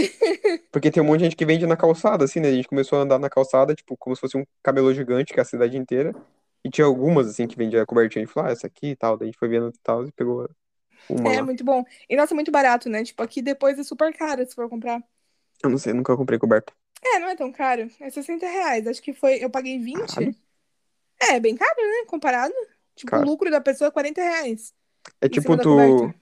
Porque tem um monte de gente que vende na calçada, assim, né? A gente começou a andar na calçada, tipo, como se fosse um camelô gigante, que é a cidade inteira. E tinha algumas, assim, que vendia cobertinha. A gente falou, ah, essa aqui e tal. Daí a gente foi vendo e tal, e pegou uma É, lá. muito bom. E nossa, é muito barato, né? Tipo, aqui depois é super caro se for comprar. Eu não sei, nunca comprei coberta. É, não é tão caro. É 60 reais. Acho que foi. Eu paguei 20. Caralho. É, bem caro, né? Comparado. Tipo, Caro. o lucro da pessoa é 40 reais. É Em tipo, cima da tu, coberta.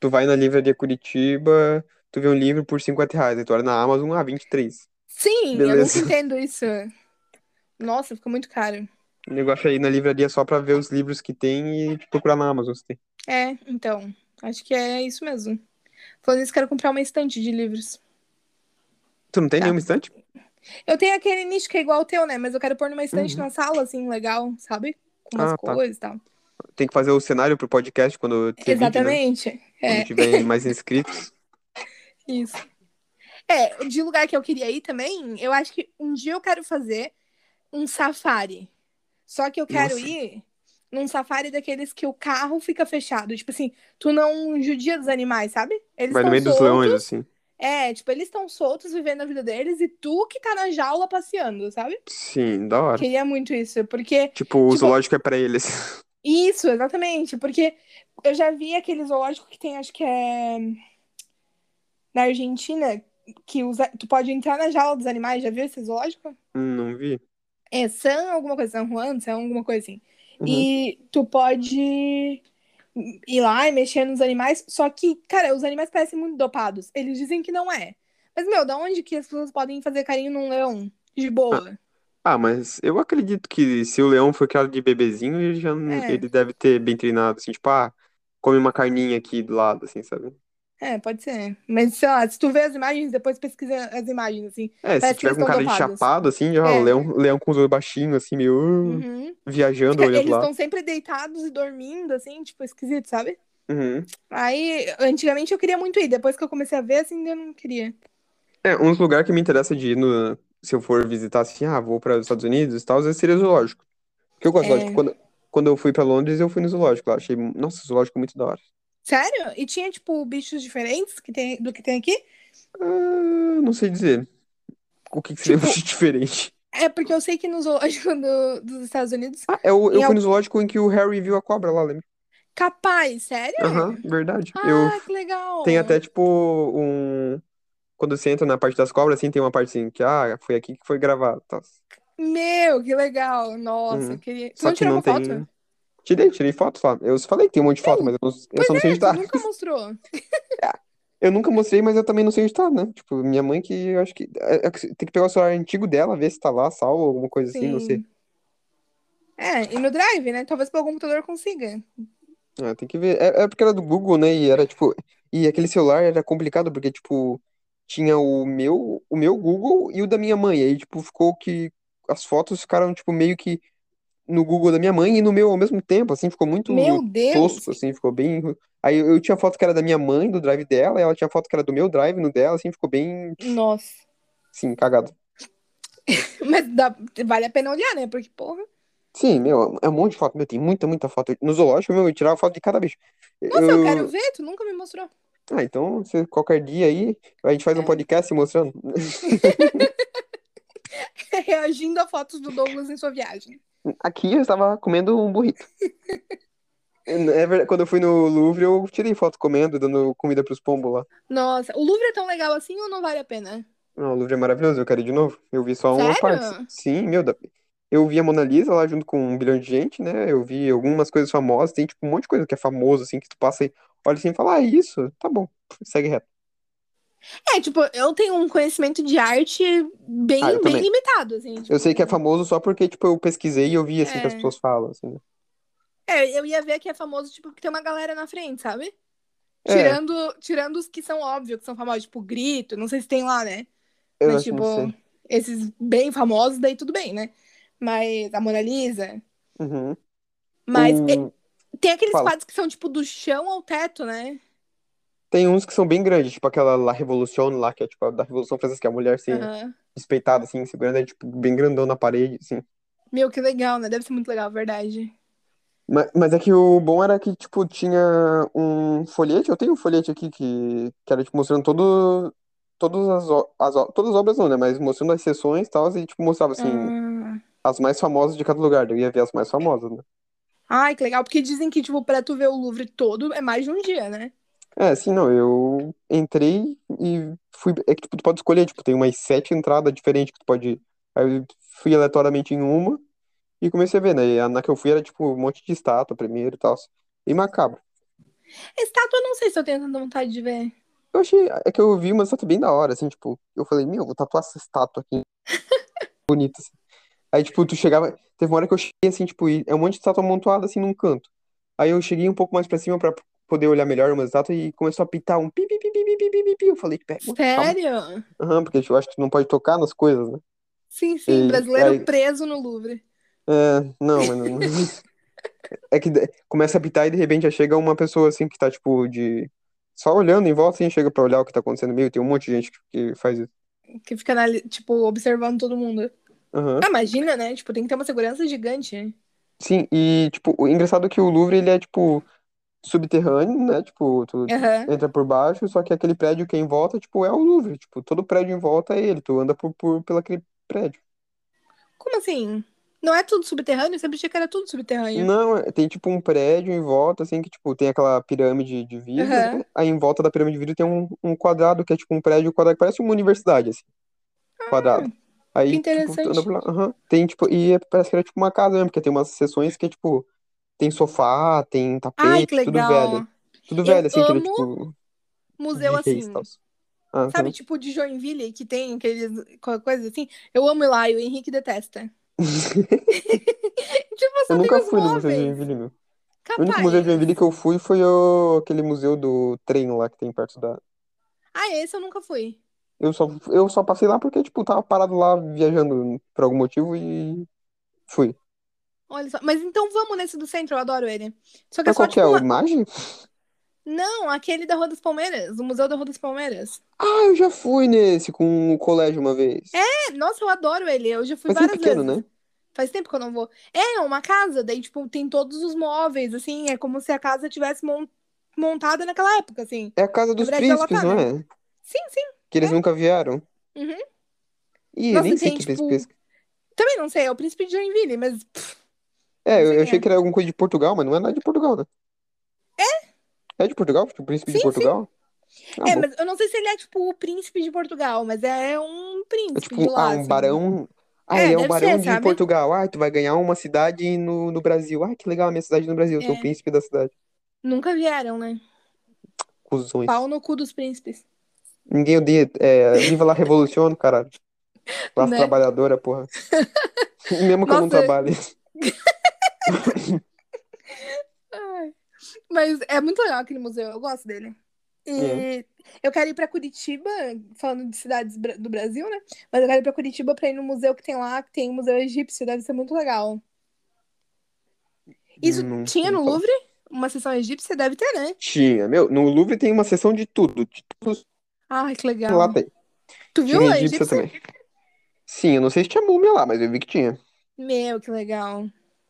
tu vai na livraria Curitiba, tu vê um livro por 50 reais, aí tu olha na Amazon, ah, 23. Sim, eu Beleza. nunca entendo isso. Nossa, fica muito caro. O negócio é ir na livraria só pra ver os livros que tem e procurar na Amazon se tem. É, então. Acho que é isso mesmo. Falando isso, quero comprar uma estante de livros. Tu não tem Tá. nenhum estante? Eu tenho aquele nicho que é igual o teu, né? Mas eu quero pôr numa estante Uhum. na sala, assim, legal, sabe? Com umas Ah, tá. coisas e tal. Tem que fazer o cenário pro podcast quando ter vídeo, né? Exatamente. é. Quando tiver mais inscritos. Isso. É, de lugar que eu queria ir também, eu acho que um dia eu quero fazer um safari. Só que eu quero Nossa. ir num safari daqueles que o carro fica fechado. Tipo assim, tu não judia dos animais, sabe? Eles Vai no tão meio dos soltos. leões, assim. É, tipo, eles estão soltos vivendo a vida deles e tu que tá na jaula passeando, sabe? Sim, da hora. Queria muito isso, porque Tipo, o Tipo- zoológico é pra eles. isso, exatamente, porque eu já vi aquele zoológico que tem, acho que é na Argentina, que usa... tu pode entrar na jaula dos animais, já viu esse zoológico? Hum, Não vi. É San alguma coisa, San Juan, San alguma coisa assim. Uhum. E tu pode ir lá e mexer nos animais, só que, cara, os animais parecem muito dopados. Eles dizem que não é. Mas, meu, da onde que as pessoas podem fazer carinho num leão? De boa. Ah, mas eu acredito que se o leão foi criado de bebezinho, ele já não- É. ele deve ter bem treinado, assim, tipo, ah, come uma carninha aqui do lado, assim, sabe? É, pode ser. Mas, sei lá, se tu vê as imagens, depois pesquisa as imagens, assim. É, se Parece que tiver eles com tão cara de dopados. chapado, assim, já, É. o leão, leão com os olhos baixinhos, assim, meio, uh, Uhum. viajando, Fica- olhando Eles lá. estão sempre deitados e dormindo, assim, tipo, esquisito, sabe? Uhum. Aí, antigamente eu queria muito ir, depois que eu comecei a ver, assim, eu não queria. É, uns lugares que me interessa de ir no- se eu for visitar assim, ah, vou para os Estados Unidos e tal, às vezes seria zoológico. Porque eu gosto de É. zoológico. Quando, quando eu fui para Londres, eu fui no zoológico lá. Achei, nossa, zoológico é muito da hora. Sério? E tinha, tipo, bichos diferentes que tem, do que tem aqui? Ah, não sei dizer. O que, que seria Tipo- de diferente? É porque eu sei que no zoológico do- dos Estados Unidos, Ah, eu, eu Em fui no zoológico em que o Harry viu a cobra lá, lembra? capaz, sério? Aham, verdade. Eu Ah, que legal! Tem até, tipo, um. Quando você entra na parte das cobras, assim, tem uma parte assim que, ah, foi aqui que foi gravado. tá? Meu, que legal! Nossa, Uhum. eu queria. Tu Só não que tirou não uma tem. foto? É, Tirei, tirei foto lá. Eu falei que tem um monte de foto, mas eu, não- eu só não sei É, onde tá. tu nunca mostrou. Eu nunca mostrei, mas eu também não sei onde tá, né? Tipo, minha mãe que eu acho que. é- é que Tem que pegar o celular antigo dela, ver se tá lá, salvo, alguma coisa assim, não sei. Sim. É, e no Drive, né? Talvez pelo computador consiga. Ah, tem que ver. É, é porque era do Google, né? E era tipo. E aquele celular era complicado, porque, tipo, tinha o meu, o meu Google e o da minha mãe. Aí, tipo, ficou que. As fotos ficaram, tipo, meio que no Google da minha mãe e no meu ao mesmo tempo, assim, ficou muito Meu Deus! tosco, assim, ficou bem. Aí eu eu tinha foto que era da minha mãe, do drive dela, e ela tinha foto que era do meu drive, no dela, assim, ficou bem, Nossa. sim, cagado. Mas dá- vale a pena olhar, né? Porque, porra. Sim, meu, é um monte de foto, meu, tem muita, muita foto. No zoológico, meu, eu tirava foto de cada bicho. Nossa, eu Eu- quero ver, tu nunca me mostrou. Ah, então, se qualquer dia aí, a gente faz um É. podcast se mostrando. Reagindo a fotos do Douglas em sua viagem. Aqui eu estava comendo um burrito. É verdade, quando eu fui no Louvre, eu tirei foto comendo, dando comida pros pombos lá. Nossa, o Louvre é tão legal assim ou não vale a pena? Não, o Louvre é maravilhoso, eu quero ir de novo. Eu vi só uma Sério? parte. Sim, meu, da- eu vi a Mona Lisa lá junto com um bilhão de gente, né? Eu vi algumas coisas famosas, tem tipo um monte de coisa que é famoso, assim, que tu passa e olha assim e fala, ah, isso, tá bom, segue reto. É, tipo, eu tenho um conhecimento de arte bem, Ah, eu bem também. limitado, assim. tipo. Eu sei que é famoso só porque, tipo, eu pesquisei e eu vi, assim, que as É. pessoas falam, assim, né? É, eu ia ver que é famoso, tipo, que tem uma galera na frente, sabe? É. Tirando, tirando os que são óbvios, que são famosos, tipo, grito, não sei se tem lá, né? Eu Mas, acho que tipo, não sei. esses bem famosos, daí tudo bem, né? Mas a Mona Lisa. Uhum. Mas é O- e- tem aqueles fala. quadros que são, tipo, do chão ao teto, né? Tem uns que são bem grandes, tipo aquela La Revolution lá, que é, tipo, a da Revolução Francesa, que é a mulher, assim, Aham. despeitada, assim, segurando, é, tipo, bem grandão na parede, assim. Meu, que legal, né? Deve ser muito legal, verdade. Ma- Mas, é que o bom era que, tipo, tinha um folhete, eu tenho um folhete aqui que, que era, tipo, mostrando todo, todas as, o- as, o- todas as obras não, né, mas mostrando as sessões e tal, e, tipo, mostrava, assim, Ah. as mais famosas de cada lugar, eu ia ver as mais famosas, né. Ah, Ai, que legal, porque dizem que, tipo, pra tu ver o Louvre todo é mais de um dia, né? É, assim, não, eu entrei e fui, é que, tipo, tu pode escolher, tipo, tem umas sete entradas diferentes que tu pode ir. Aí eu fui aleatoriamente em uma e comecei a ver, né, e a, na que eu fui era, tipo, um monte de estátua primeiro e tal, e macabro. Estátua, eu não sei se eu tenho tanta vontade de ver. Eu achei, é que eu vi uma estátua bem da hora, assim, tipo, eu falei, meu, vou tatuar essa estátua aqui. Bonita, assim. Aí, tipo, tu chegava, teve uma hora que eu cheguei, assim, tipo, e é um monte de estátua amontoada, assim, num canto. Aí eu cheguei um pouco mais pra cima pra poder olhar melhor uma estátua e começou a pitar um pi, pi, pi, pi, pi, pi, pi, pi, pi. Eu falei, pera, calma. Sério? Aham, porque eu acho que tu não pode tocar nas coisas, né? Sim, sim, E brasileiro aí- preso no Louvre. É, não, mas não... É que de- começa a pitar e de repente já chega uma pessoa, assim, que tá, tipo, de... Só olhando em volta, assim, chega pra olhar o que tá acontecendo. Meu, tem um monte de gente que que faz isso. Que fica, na, tipo, observando todo mundo. Aham. Ah, imagina, né? Tipo, tem que ter uma segurança gigante. Sim, e, tipo, o engraçado é que o Louvre, ele é, tipo, subterrâneo, né? Tipo, tu Aham. entra por baixo, só que aquele prédio que é em volta, tipo, é o Louvre. Tipo, todo prédio em volta é ele. Tu anda por, por, pelo aquele prédio. Como assim? Não é tudo subterrâneo? Eu sempre achei que era tudo subterrâneo. Não, é- tem, tipo, um prédio em volta, assim, que, tipo, tem aquela pirâmide de vidro, Aham. né? Aí em volta da pirâmide de vidro tem um, um quadrado que é, tipo, um prédio quadrado, que parece uma universidade, assim, quadrado. Ah, que Aí, tipo, tu anda interessante. por lá, aham. Tem, tipo, e é- parece que era, tipo, uma casa mesmo, porque tem umas seções que é, tipo, tem sofá, tem Ai, que tapete, tudo velho. legal. Tudo Eu velho, assim, aquele amo tipo de Museu reis e assim. tal. Ah, Sabe, uhum. tipo de Joinville, que tem aqueles co- coisas assim. Eu amo ir lá e o Henrique detesta. Tipo, Eu só tem nunca os fui no Museu de móveis. Joinville, meu. O único Museu de Capaz. Joinville que eu fui foi o... aquele museu do trem lá que tem perto da. Ah, esse eu nunca fui. Eu só, eu só passei lá porque, tipo, tava parado lá viajando por algum motivo e fui. Olha só. Mas então vamos nesse do centro, eu adoro ele. Só que é Mas só qual que é? tipo O uma. Imagem? Não, aquele da Rua das Palmeiras, o Museu da Rua das Palmeiras. Ah, eu já fui nesse com o colégio uma vez. É, nossa, eu adoro ele. Eu já fui Mas ele é várias pequeno, vezes. né? Faz tempo que eu não vou. É uma casa, daí, tipo, tem todos os móveis, assim, é como se a casa tivesse mon- montada naquela época, assim. É a casa dos Na verdade, ela príncipes, tá, não é? Sim, sim. Que eles nunca vieram. É. Uhum. Ih, eu Nossa, nem sei tem, que tipo, príncipe. Também não sei, é o Príncipe de Joinville, mas pff, É, não eu sei eu quem achei é. que era alguma coisa de Portugal, mas não é nada de Portugal, né? É? É de Portugal? Tipo, o príncipe de Sim, sim. Portugal? Ah, É, bom. mas eu não sei se ele é, tipo, o Príncipe de Portugal, mas é um É príncipe de tipo, ah, lá, um assim. barão. Ah, É, ele é um deve barão ser, de sabe? Portugal. Ah, tu vai ganhar uma cidade no, no Brasil. Ah, que legal, a minha cidade no Brasil. Eu sou o É. príncipe da cidade. Nunca vieram, né? Cusões. Pau no cu dos príncipes. Ninguém odeia. É, viva lá, revoluciona, caralho. Classe Né? trabalhadora, porra. Mesmo que eu não Nossa. trabalhe. Ai. Mas é muito legal aquele museu, eu gosto dele. É. E eu quero ir pra Curitiba, falando de cidades bra- do Brasil, né? Mas eu quero ir pra Curitiba pra ir no museu que tem lá, que tem o Museu Egípcio, deve ser muito legal. Isso Hum, Não, tinha não no fala. Louvre? Uma seção egípcia? Deve ter, né? Tinha, meu. No Louvre tem uma seção de tudo. De tudo Ai, que lá legal. tem. Tu viu Tinha a egípcia egípcia? também. Sim, eu não sei se tinha múmia lá, mas eu vi que tinha. Meu, que legal.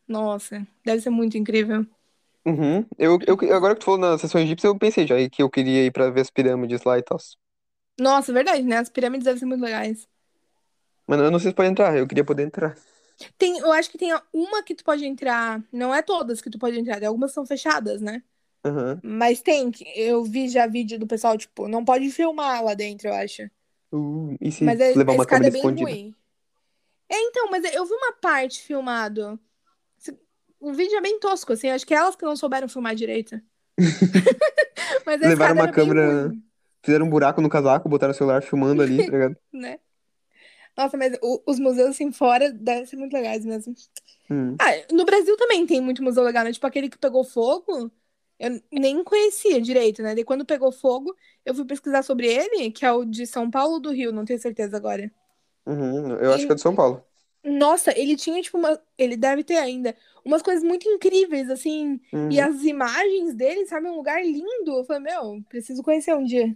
Nossa, deve ser muito incrível. Uhum. Eu, eu, agora que tu falou na seção egípcia, eu pensei já que eu queria ir pra ver as pirâmides lá e tal. Nossa, é verdade, né? As pirâmides devem ser muito legais. Mas eu não sei se pode entrar, eu queria poder entrar. Tem, eu acho que tem uma que tu pode entrar. Não é todas que tu pode entrar, tem algumas que são fechadas, né? Aham. Mas tem, que- eu vi já vídeo do pessoal, tipo, não pode filmar lá dentro, eu acho. Uh, e se Mas a, levar a uma escada câmera é bem escondida? ruim. É, então, mas eu vi uma parte filmado. Se- O vídeo é bem tosco, assim, acho que elas que não souberam filmar direito. Mas a Levaram escada uma era bem câmera, ruim, fizeram um buraco no casaco, botaram o celular filmando ali, tá ligado? né? Nossa, mas o- os museus, assim, fora devem ser muito legais mesmo. Hum. Ah, no Brasil também tem muito museu legal, né? Tipo, aquele que pegou fogo, eu nem conhecia direito, né? Daí quando pegou fogo, eu fui pesquisar sobre ele, que é o de São Paulo ou do Rio, não tenho certeza agora. Uhum. Eu acho que é E, de São Paulo. nossa, ele tinha, tipo, uma... ele deve ter ainda, umas coisas muito incríveis, assim, e Uhum. as imagens dele, sabe? Um lugar lindo. Eu falei, meu, preciso conhecer um dia.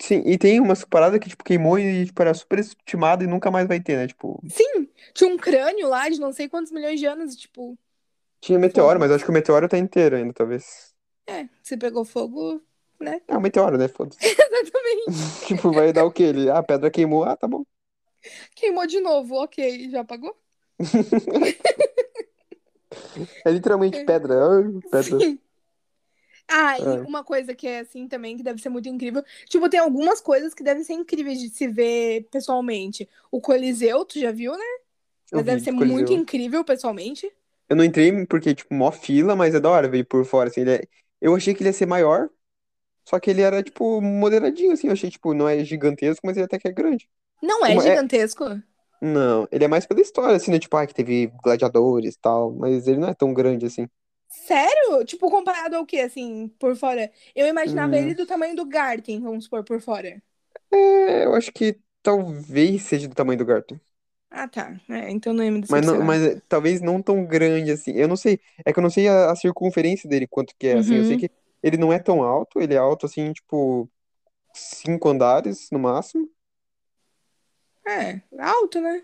Sim, e tem umas paradas que, tipo, queimou e, tipo, era super estimada e nunca mais vai ter, né? Tipo, Sim, tinha um crânio lá de não sei quantos milhões de anos, e, tipo, tinha meteoro, mas acho foda-se. que o meteoro tá inteiro ainda, talvez. É, se pegou fogo, né? É um meteoro, né? Foda-se. Exatamente. Tipo, vai dar o quê? Ele, ah, a pedra queimou, ah, tá bom. Queimou de novo, ok, já apagou? É literalmente pedra. Ah, pedra. Sim. Ah, e Ah. uma coisa que é assim também, que deve ser muito incrível. Tipo, tem algumas coisas que devem ser incríveis de se ver pessoalmente. O Coliseu, tu já viu, né? Eu Mas deve vi ser do muito Coliseu. incrível pessoalmente. Eu não entrei porque, tipo, mó fila, mas é da hora ver por fora, assim. Ele é- Eu achei que ele ia ser maior, só que ele era, tipo, moderadinho, assim. Eu achei, tipo, não é gigantesco, mas ele até que é grande. Não é Uma- é- gigantesco? Não, ele é mais pela história, assim, né? Tipo, ah, que teve gladiadores e tal, mas ele não é tão grande, assim. Sério? Tipo, comparado ao quê, assim, por fora? Eu imaginava Hum, ele do tamanho do Garten, vamos supor, por fora. É, eu acho que talvez seja do tamanho do Garten. Ah, tá. É, então não ia me Mas, não, decepcionar. mas é, talvez não tão grande assim. Eu não sei. É que eu não sei a, a circunferência dele, quanto que é, assim. Eu sei Uhum. que ele não é tão alto. Ele é alto, assim, tipo, cinco andares no máximo. É, alto, né?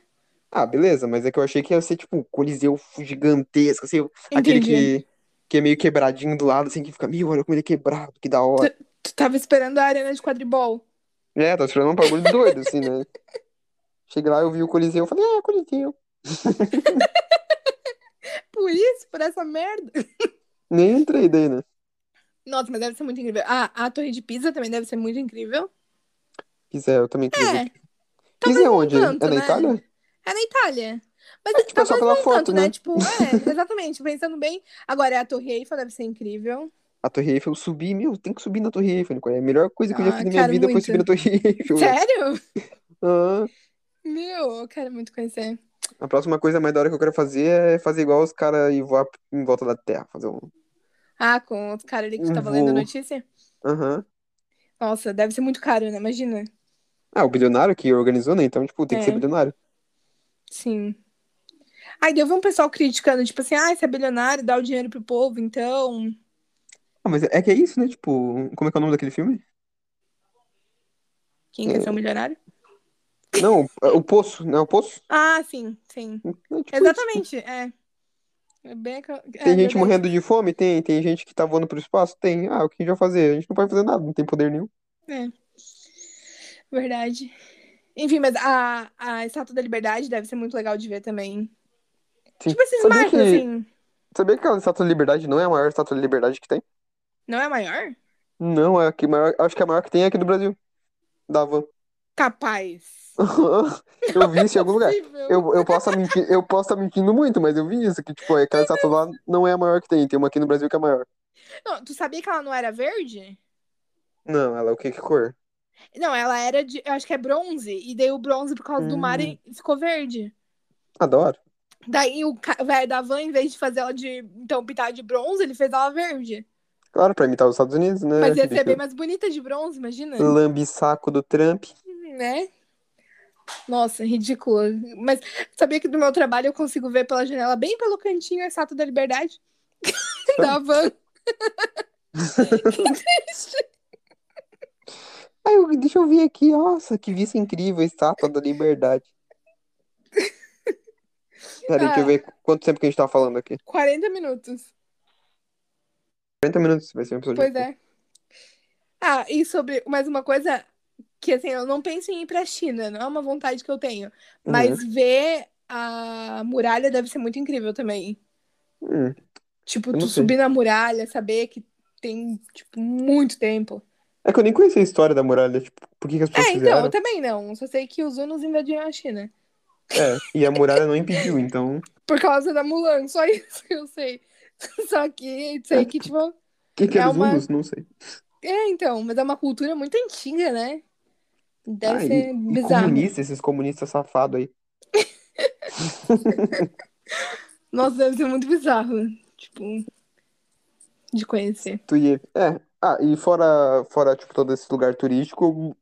Ah, beleza. Mas é que eu achei que ia ser, tipo, um coliseu gigantesco, assim. Aquele Entendi. que, que é meio quebradinho do lado, assim, que fica, meu, olha como ele é quebrado, que da Tu, hora. tu tava esperando a arena de quadribol. É, tá esperando um bagulho doido, assim, né? Cheguei lá, eu vi o coliseu, eu falei, ah, coliseu. É Por isso, por essa merda. Nem entrei daí, né? Nossa, mas deve ser muito incrível. Ah, a Torre de Pisa também deve ser muito incrível. Quiser, eu também queria ver. É, Pisa é talvez não onde? É tanto, na né? Itália? É na Itália. Mas É, tipo, é só talvez pela não foto, tanto, né? né? Tipo, é, exatamente, pensando bem. Agora, a Torre Eiffel deve ser incrível. A Torre Eiffel, subir, meu, tem que subir na Torre Eiffel, Nicole. é A melhor coisa que eu já fiz Ah, na minha quero vida foi subir na muito. é Torre Eiffel, velho. Sério? Ah, Meu, eu quero muito conhecer. a próxima coisa mais da hora que eu quero fazer é fazer igual os caras e voar em volta da Terra, fazer um, Ah, com os caras ali que tu um tava lendo a voo. notícia? Aham. Nossa, deve ser muito caro, né? Imagina. Ah, o bilionário que organizou, né? Então, tipo, tem que ser É, bilionário. sim. Aí deu um pessoal criticando, tipo assim, ah, você é bilionário, dá o dinheiro pro povo, então. Ah, mas é que é isso, né? Tipo, como é que é o nome daquele filme? Quem quer ser É. um milionário? Não, o, o Poço, não é o Poço? Ah, sim, sim. É, tipo, Exatamente, é. É bem... aquela- é, Tem gente verdade. morrendo de fome? Tem. Tem gente que tá voando pro espaço? Tem. Ah, o que a gente vai fazer? A gente não pode fazer nada, não tem poder nenhum. Verdade. Enfim, mas a, a Estátua da Liberdade deve ser muito legal de ver também. Sim. Tipo esses Sabia marcos, que- assim. Sabia que a Estátua da Liberdade não é a maior Estátua da Liberdade que tem? Não é maior? Não, é a que maior, acho que a maior que tem é aqui do Brasil. Da Havan. Capaz. Eu vi isso em algum lugar. Possível. Eu, eu, posso estar mentindo, eu posso tá mentindo muito, mas eu vi isso, que tipo, aquela estátua lá não é a maior que tem, tem uma aqui no Brasil que é a maior. Não, tu sabia que ela não era verde? Não, ela é o que, que cor? Não, ela era de. Eu acho que é bronze. E daí o bronze, por causa do Hum. mar, e- ficou verde. Adoro. Daí o ca- velho da van, em vez de fazer ela de. Então, pintar de bronze, ele fez ela verde. Claro, pra imitar os Estados Unidos, né? Mas ia ser bicho? bem mais bonita de bronze, imagina. Hum. Lambe-saco do Trump. Né? Nossa, ridícula. Mas sabia que do meu trabalho eu consigo ver pela janela, bem pelo cantinho, a Estátua da Liberdade? da van. Ai, eu- deixa eu ver aqui, nossa, que vista incrível, estátua da liberdade. Peraí, Ah. deixa eu ver quanto tempo que a gente tá falando aqui. 40 minutos. 40 minutos, vai ser um episódio. Pois é. Ah, e sobre mais uma coisa que assim, eu não penso em ir pra China, não é uma vontade que eu tenho. Mas Uhum. ver a muralha deve ser muito incrível também. Hum. Tipo, Eu tu não sei. subir na muralha, saber que tem, tipo, muito tempo. É que eu nem conhecia a história da muralha, tipo, por que que as pessoas É, então, fizeram. eu também não. Só sei que os hunos invadiram a China. É, e a muralha não impediu, então. Por causa da Mulan, só isso que eu sei. Só que sei que, tipo. O que que É eram os uma- hunos? Não sei. É, então, mas é uma cultura muito antiga, né? Deve Ah, e- ser E bizarro. comunista, esses comunistas safados aí. Nossa, deve ser muito bizarro. Tipo, de conhecer. Tu ia... É. Ah, e fora, fora, tipo, todo esse lugar turístico,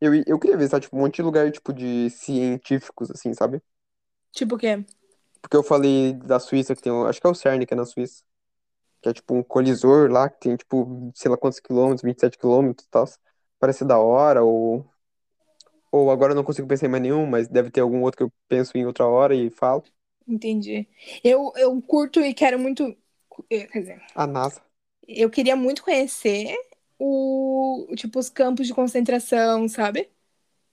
eu, eu, eu queria visitar, tipo, um monte de lugar, tipo, de científicos, assim, sabe? Tipo o quê? Porque eu falei da Suíça, que tem, um- acho que é o CERN, que é na Suíça. Que é, tipo, um colisor lá, que tem, tipo, sei lá quantos quilômetros, 27 quilômetros e tal. Parece da hora, ou... Ou agora eu não consigo pensar em mais nenhum, mas deve ter algum outro que eu penso em outra hora e falo. Entendi. Eu, eu curto e quero muito. eh, Quer dizer, A NASA. eu queria muito conhecer o, tipo, os campos de concentração, sabe?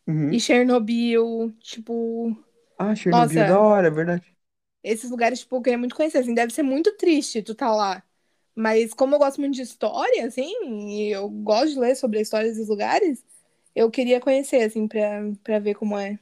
Uhum. E Chernobyl, tipo, Ah, Chernobyl, Nossa. da hora, é verdade. esses lugares, tipo, eu queria muito conhecer, assim, deve ser muito triste tu tá lá. Mas como eu gosto muito de história, assim, e eu gosto de ler sobre a história desses lugares, eu queria conhecer, assim, pra, pra ver como é.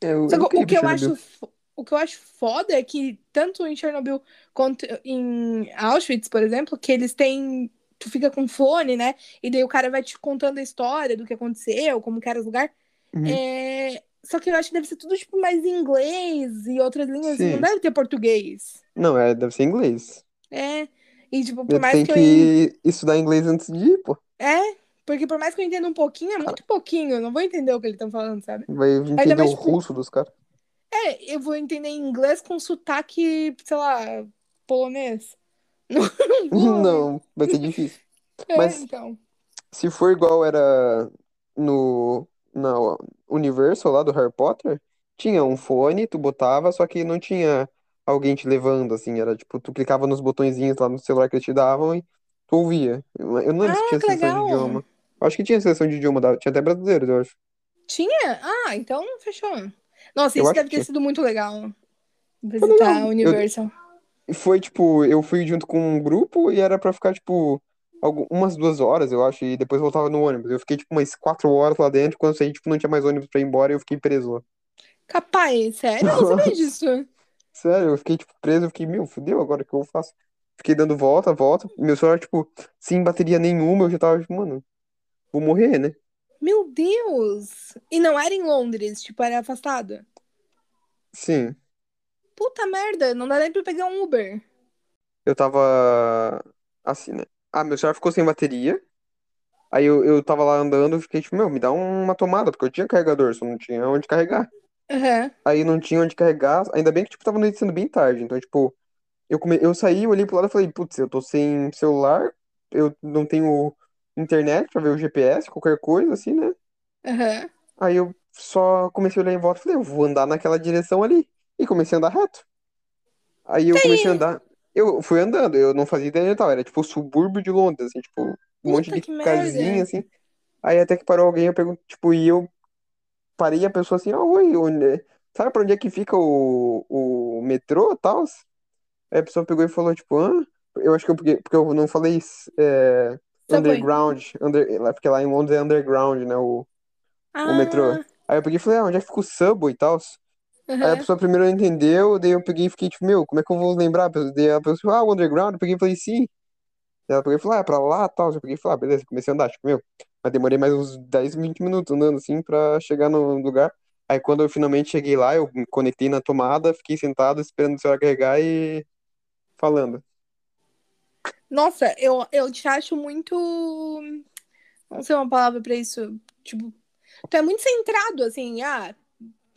É, eu, Só eu que queria o que eu Chernobyl. acho, fo- o que eu acho foda é que tanto em Chernobyl quanto em Auschwitz, por exemplo, que eles têm tu fica com fone, né? E daí o cara vai te contando a história do que aconteceu, como que era o lugar. Uhum. É, Só que eu acho que deve ser tudo tipo mais em inglês e outras línguas, assim, Sim. não deve ter português. Não, é, deve ser inglês. É. E tipo, por Eu mais tenho que eu en- que estudar inglês antes de ir, pô. é, porque por mais que eu entenda um pouquinho, é muito pouquinho, eu não vou entender o que eles estão falando, sabe? Vai entender mais o que- russo dos caras. É, eu vou entender em inglês com sotaque, sei lá, polonês. Não, vou. Não, vai ser difícil. É, mas- então. Se for igual era no na Universal lá do Harry Potter, tinha um fone, tu botava, só que não tinha alguém te levando, assim, era tipo, tu clicava nos botõezinhos lá no celular que eles te davam e tu ouvia. Eu eu não lembro se Ah, tinha que seleção de legal. idioma. Eu acho que tinha seleção de idioma, da- tinha até brasileiros, eu acho. Tinha? Ah, então fechou. Nossa, Eu isso acho deve que ter tinha. sido muito legal. Visitar a Universal. E foi tipo, eu fui junto com um grupo e era pra ficar tipo algu- umas duas horas, eu acho, e depois voltava no ônibus. Eu fiquei tipo umas quatro horas lá dentro, quando eu saí, tipo, não tinha mais ônibus pra ir embora e eu fiquei preso lá. Capaz, sério? Eu não sabia disso. Sério, eu fiquei tipo preso, eu fiquei, meu, fudeu, agora o que eu faço? Fiquei dando volta, volta, meu celular, tipo, sem bateria nenhuma, eu já tava, tipo, mano, vou morrer, né? Meu Deus! E não era em Londres, tipo, era afastado. Sim, Puta merda, não dá nem pra pegar um Uber. eu tava assim, né? Ah, meu celular ficou sem bateria. Aí eu, eu tava lá andando, eu fiquei tipo, meu, me dá uma tomada, porque eu tinha carregador, só não tinha onde carregar. Aham. Aí não tinha onde carregar. Ainda bem que, tipo, tava anoitecendo bem tarde. Então, tipo, eu, come... eu saí, eu olhei pro lado e falei, putz, eu tô sem celular, eu não tenho internet pra ver o GPS, qualquer coisa, assim, né? Aham. Aí eu só comecei a olhar em volta e falei, eu vou andar naquela direção ali. E comecei a andar reto. Aí eu comecei a andar. Eu fui andando, eu não fazia ideia onde eu tava, era tipo subúrbio de Londres, assim, tipo, um monte Puta de que merda. casinha, assim. Aí até que parou alguém, eu pergunto, tipo, e eu parei e a pessoa assim, ah, oi, onde é- sabe pra onde é que fica o, o metrô e tal? Aí a pessoa pegou e falou, tipo, hã? Eu acho que eu, porque, porque eu não falei é, Subway. underground, under, lá- porque lá em Londres é underground, né, o, o metrô. Ah, Ah, Aí eu peguei e falei, ah, onde é que fica o Subway e tal? Aí a aham. pessoa primeiro não entendeu, daí eu peguei e fiquei tipo, meu, como é que eu vou lembrar? Daí a pessoa, ah, o underground, eu peguei e falei, sim. Daí Ela pegou e falou, ah, é pra lá e tal. Eu peguei e falei, ah, beleza, comecei a andar, tipo, meu. Mas demorei mais uns 10, 20 minutos andando assim pra chegar no lugar. Aí quando eu finalmente cheguei lá, eu me conectei na tomada, fiquei sentado esperando o celular carregar e falando. Nossa, eu, eu te acho muito. Não sei uma palavra pra isso. Tipo, tu é muito centrado, assim. Ah,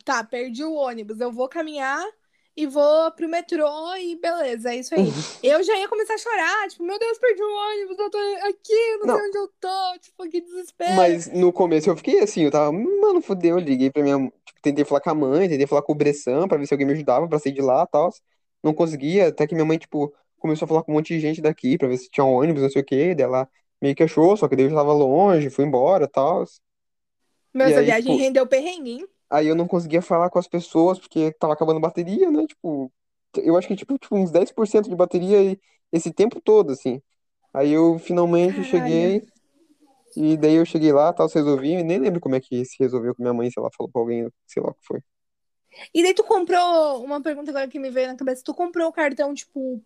tá, perdi o ônibus, eu vou caminhar e vou pro metrô e beleza, é Uhum. isso aí. eu já ia começar a chorar, tipo, meu Deus, perdi o ônibus, eu tô aqui, não, Não. sei onde eu tô, tipo, que desespero. Mas no começo eu fiquei assim, eu tava, mano, fudeu, eu liguei pra minha, tipo, tentei falar com a mãe, tentei falar com o Bressan pra ver se alguém me ajudava pra sair de lá e tal. Não conseguia, até que minha mãe, tipo, começou a falar com um monte de gente daqui pra ver se tinha um ônibus, não sei o quê, daí ela meio que achou, só que daí eu já tava longe, fui embora e tal. Meu, E essa aí, viagem tipo, rendeu perrengue, hein? aí eu não conseguia falar com as pessoas porque tava acabando a bateria, né? Tipo, eu acho que tipo, tipo uns 10% de bateria e- esse tempo todo, assim. Aí eu finalmente Caralho. cheguei e daí eu cheguei lá, tal, se resolvi, e nem lembro como é que se resolveu com minha mãe, se ela falou pra alguém, sei lá o que foi. E daí tu comprou, uma pergunta agora que me veio na cabeça, tu comprou o cartão, tipo,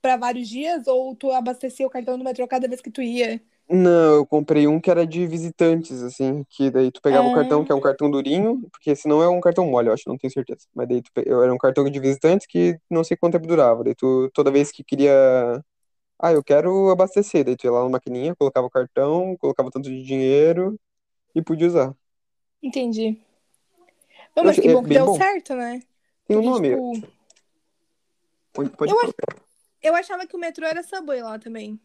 pra vários dias ou tu abastecia o cartão do metrô cada vez que tu ia? Não, eu comprei um que era de visitantes, assim, que daí tu pegava o cartão, Ah, que é um cartão durinho, porque senão é um cartão mole, eu acho, não tenho certeza. Mas daí tu, pe- era um cartão de visitantes que não sei quanto tempo durava. Daí tu, toda vez que queria Ah, eu quero abastecer. Daí tu ia lá na maquininha, colocava o cartão, colocava tanto de dinheiro e podia usar. entendi. Bom, Eu mas achei, que é bom que bem deu bom. certo, né? Tem um Porque, nome. tipo, Pode, pode eu, falar. ach- eu achava que o metrô era Subway lá também.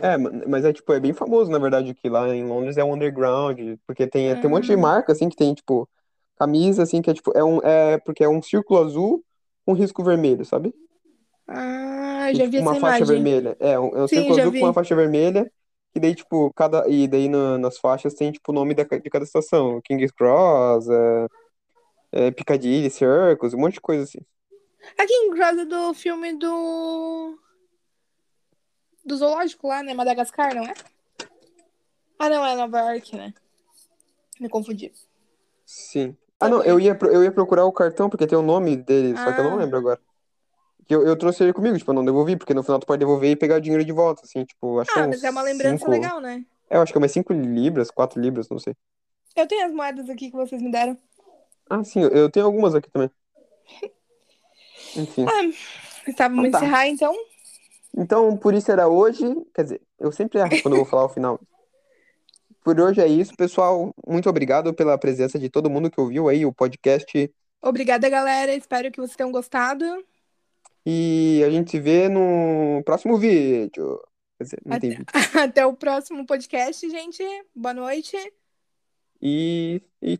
É, ma- mas é tipo, é bem famoso, na verdade, que lá em Londres é um underground, porque tem, tem um monte de Ah, marca, assim, que tem, tipo, camisa, assim, que é tipo, é um, é, porque é um círculo azul com risco vermelho, sabe? ah, E, já tipo, vi uma essa faixa imagem. vermelha. É, um, é um Sim, círculo já azul com uma vi. faixa vermelha. E daí, tipo, cada. E daí na- nas faixas tem, tipo, o nome da, ca- de cada estação. King's Cross, é, é, Piccadilly, Circus, um monte de coisa assim. Aqui em casa do filme do... do zoológico lá, né? Madagascar, não é? Ah, não, é Nova York, né? Me confundi. Sim. Ah, não, eu Subway. ia, pro- eu ia procurar o cartão, porque tem o nome dele, só que eu não Ah, lembro agora. Que Eu, eu trouxe ele comigo, tipo, eu não devolvi, porque no final tu pode devolver e pegar o dinheiro de volta, assim, tipo, acho que é ah, uns mas é uma lembrança cinco. legal, né? É, eu acho que é umas cinco libras, quatro libras, não sei. Eu tenho as moedas aqui que vocês me deram. Ah, sim, eu, eu tenho algumas aqui também. Enfim. Ah, Então estávamos tá. encerrar, então. Então, por isso era hoje. Quer dizer, eu sempre erro quando eu vou falar o final. Por hoje é isso, pessoal. Muito obrigado pela presença de todo mundo que ouviu aí o podcast. Obrigada, galera. Espero que vocês tenham gostado. E a gente se vê no próximo vídeo. Quer dizer, não tem Até, vídeo. até o próximo podcast, gente. Boa noite. E, e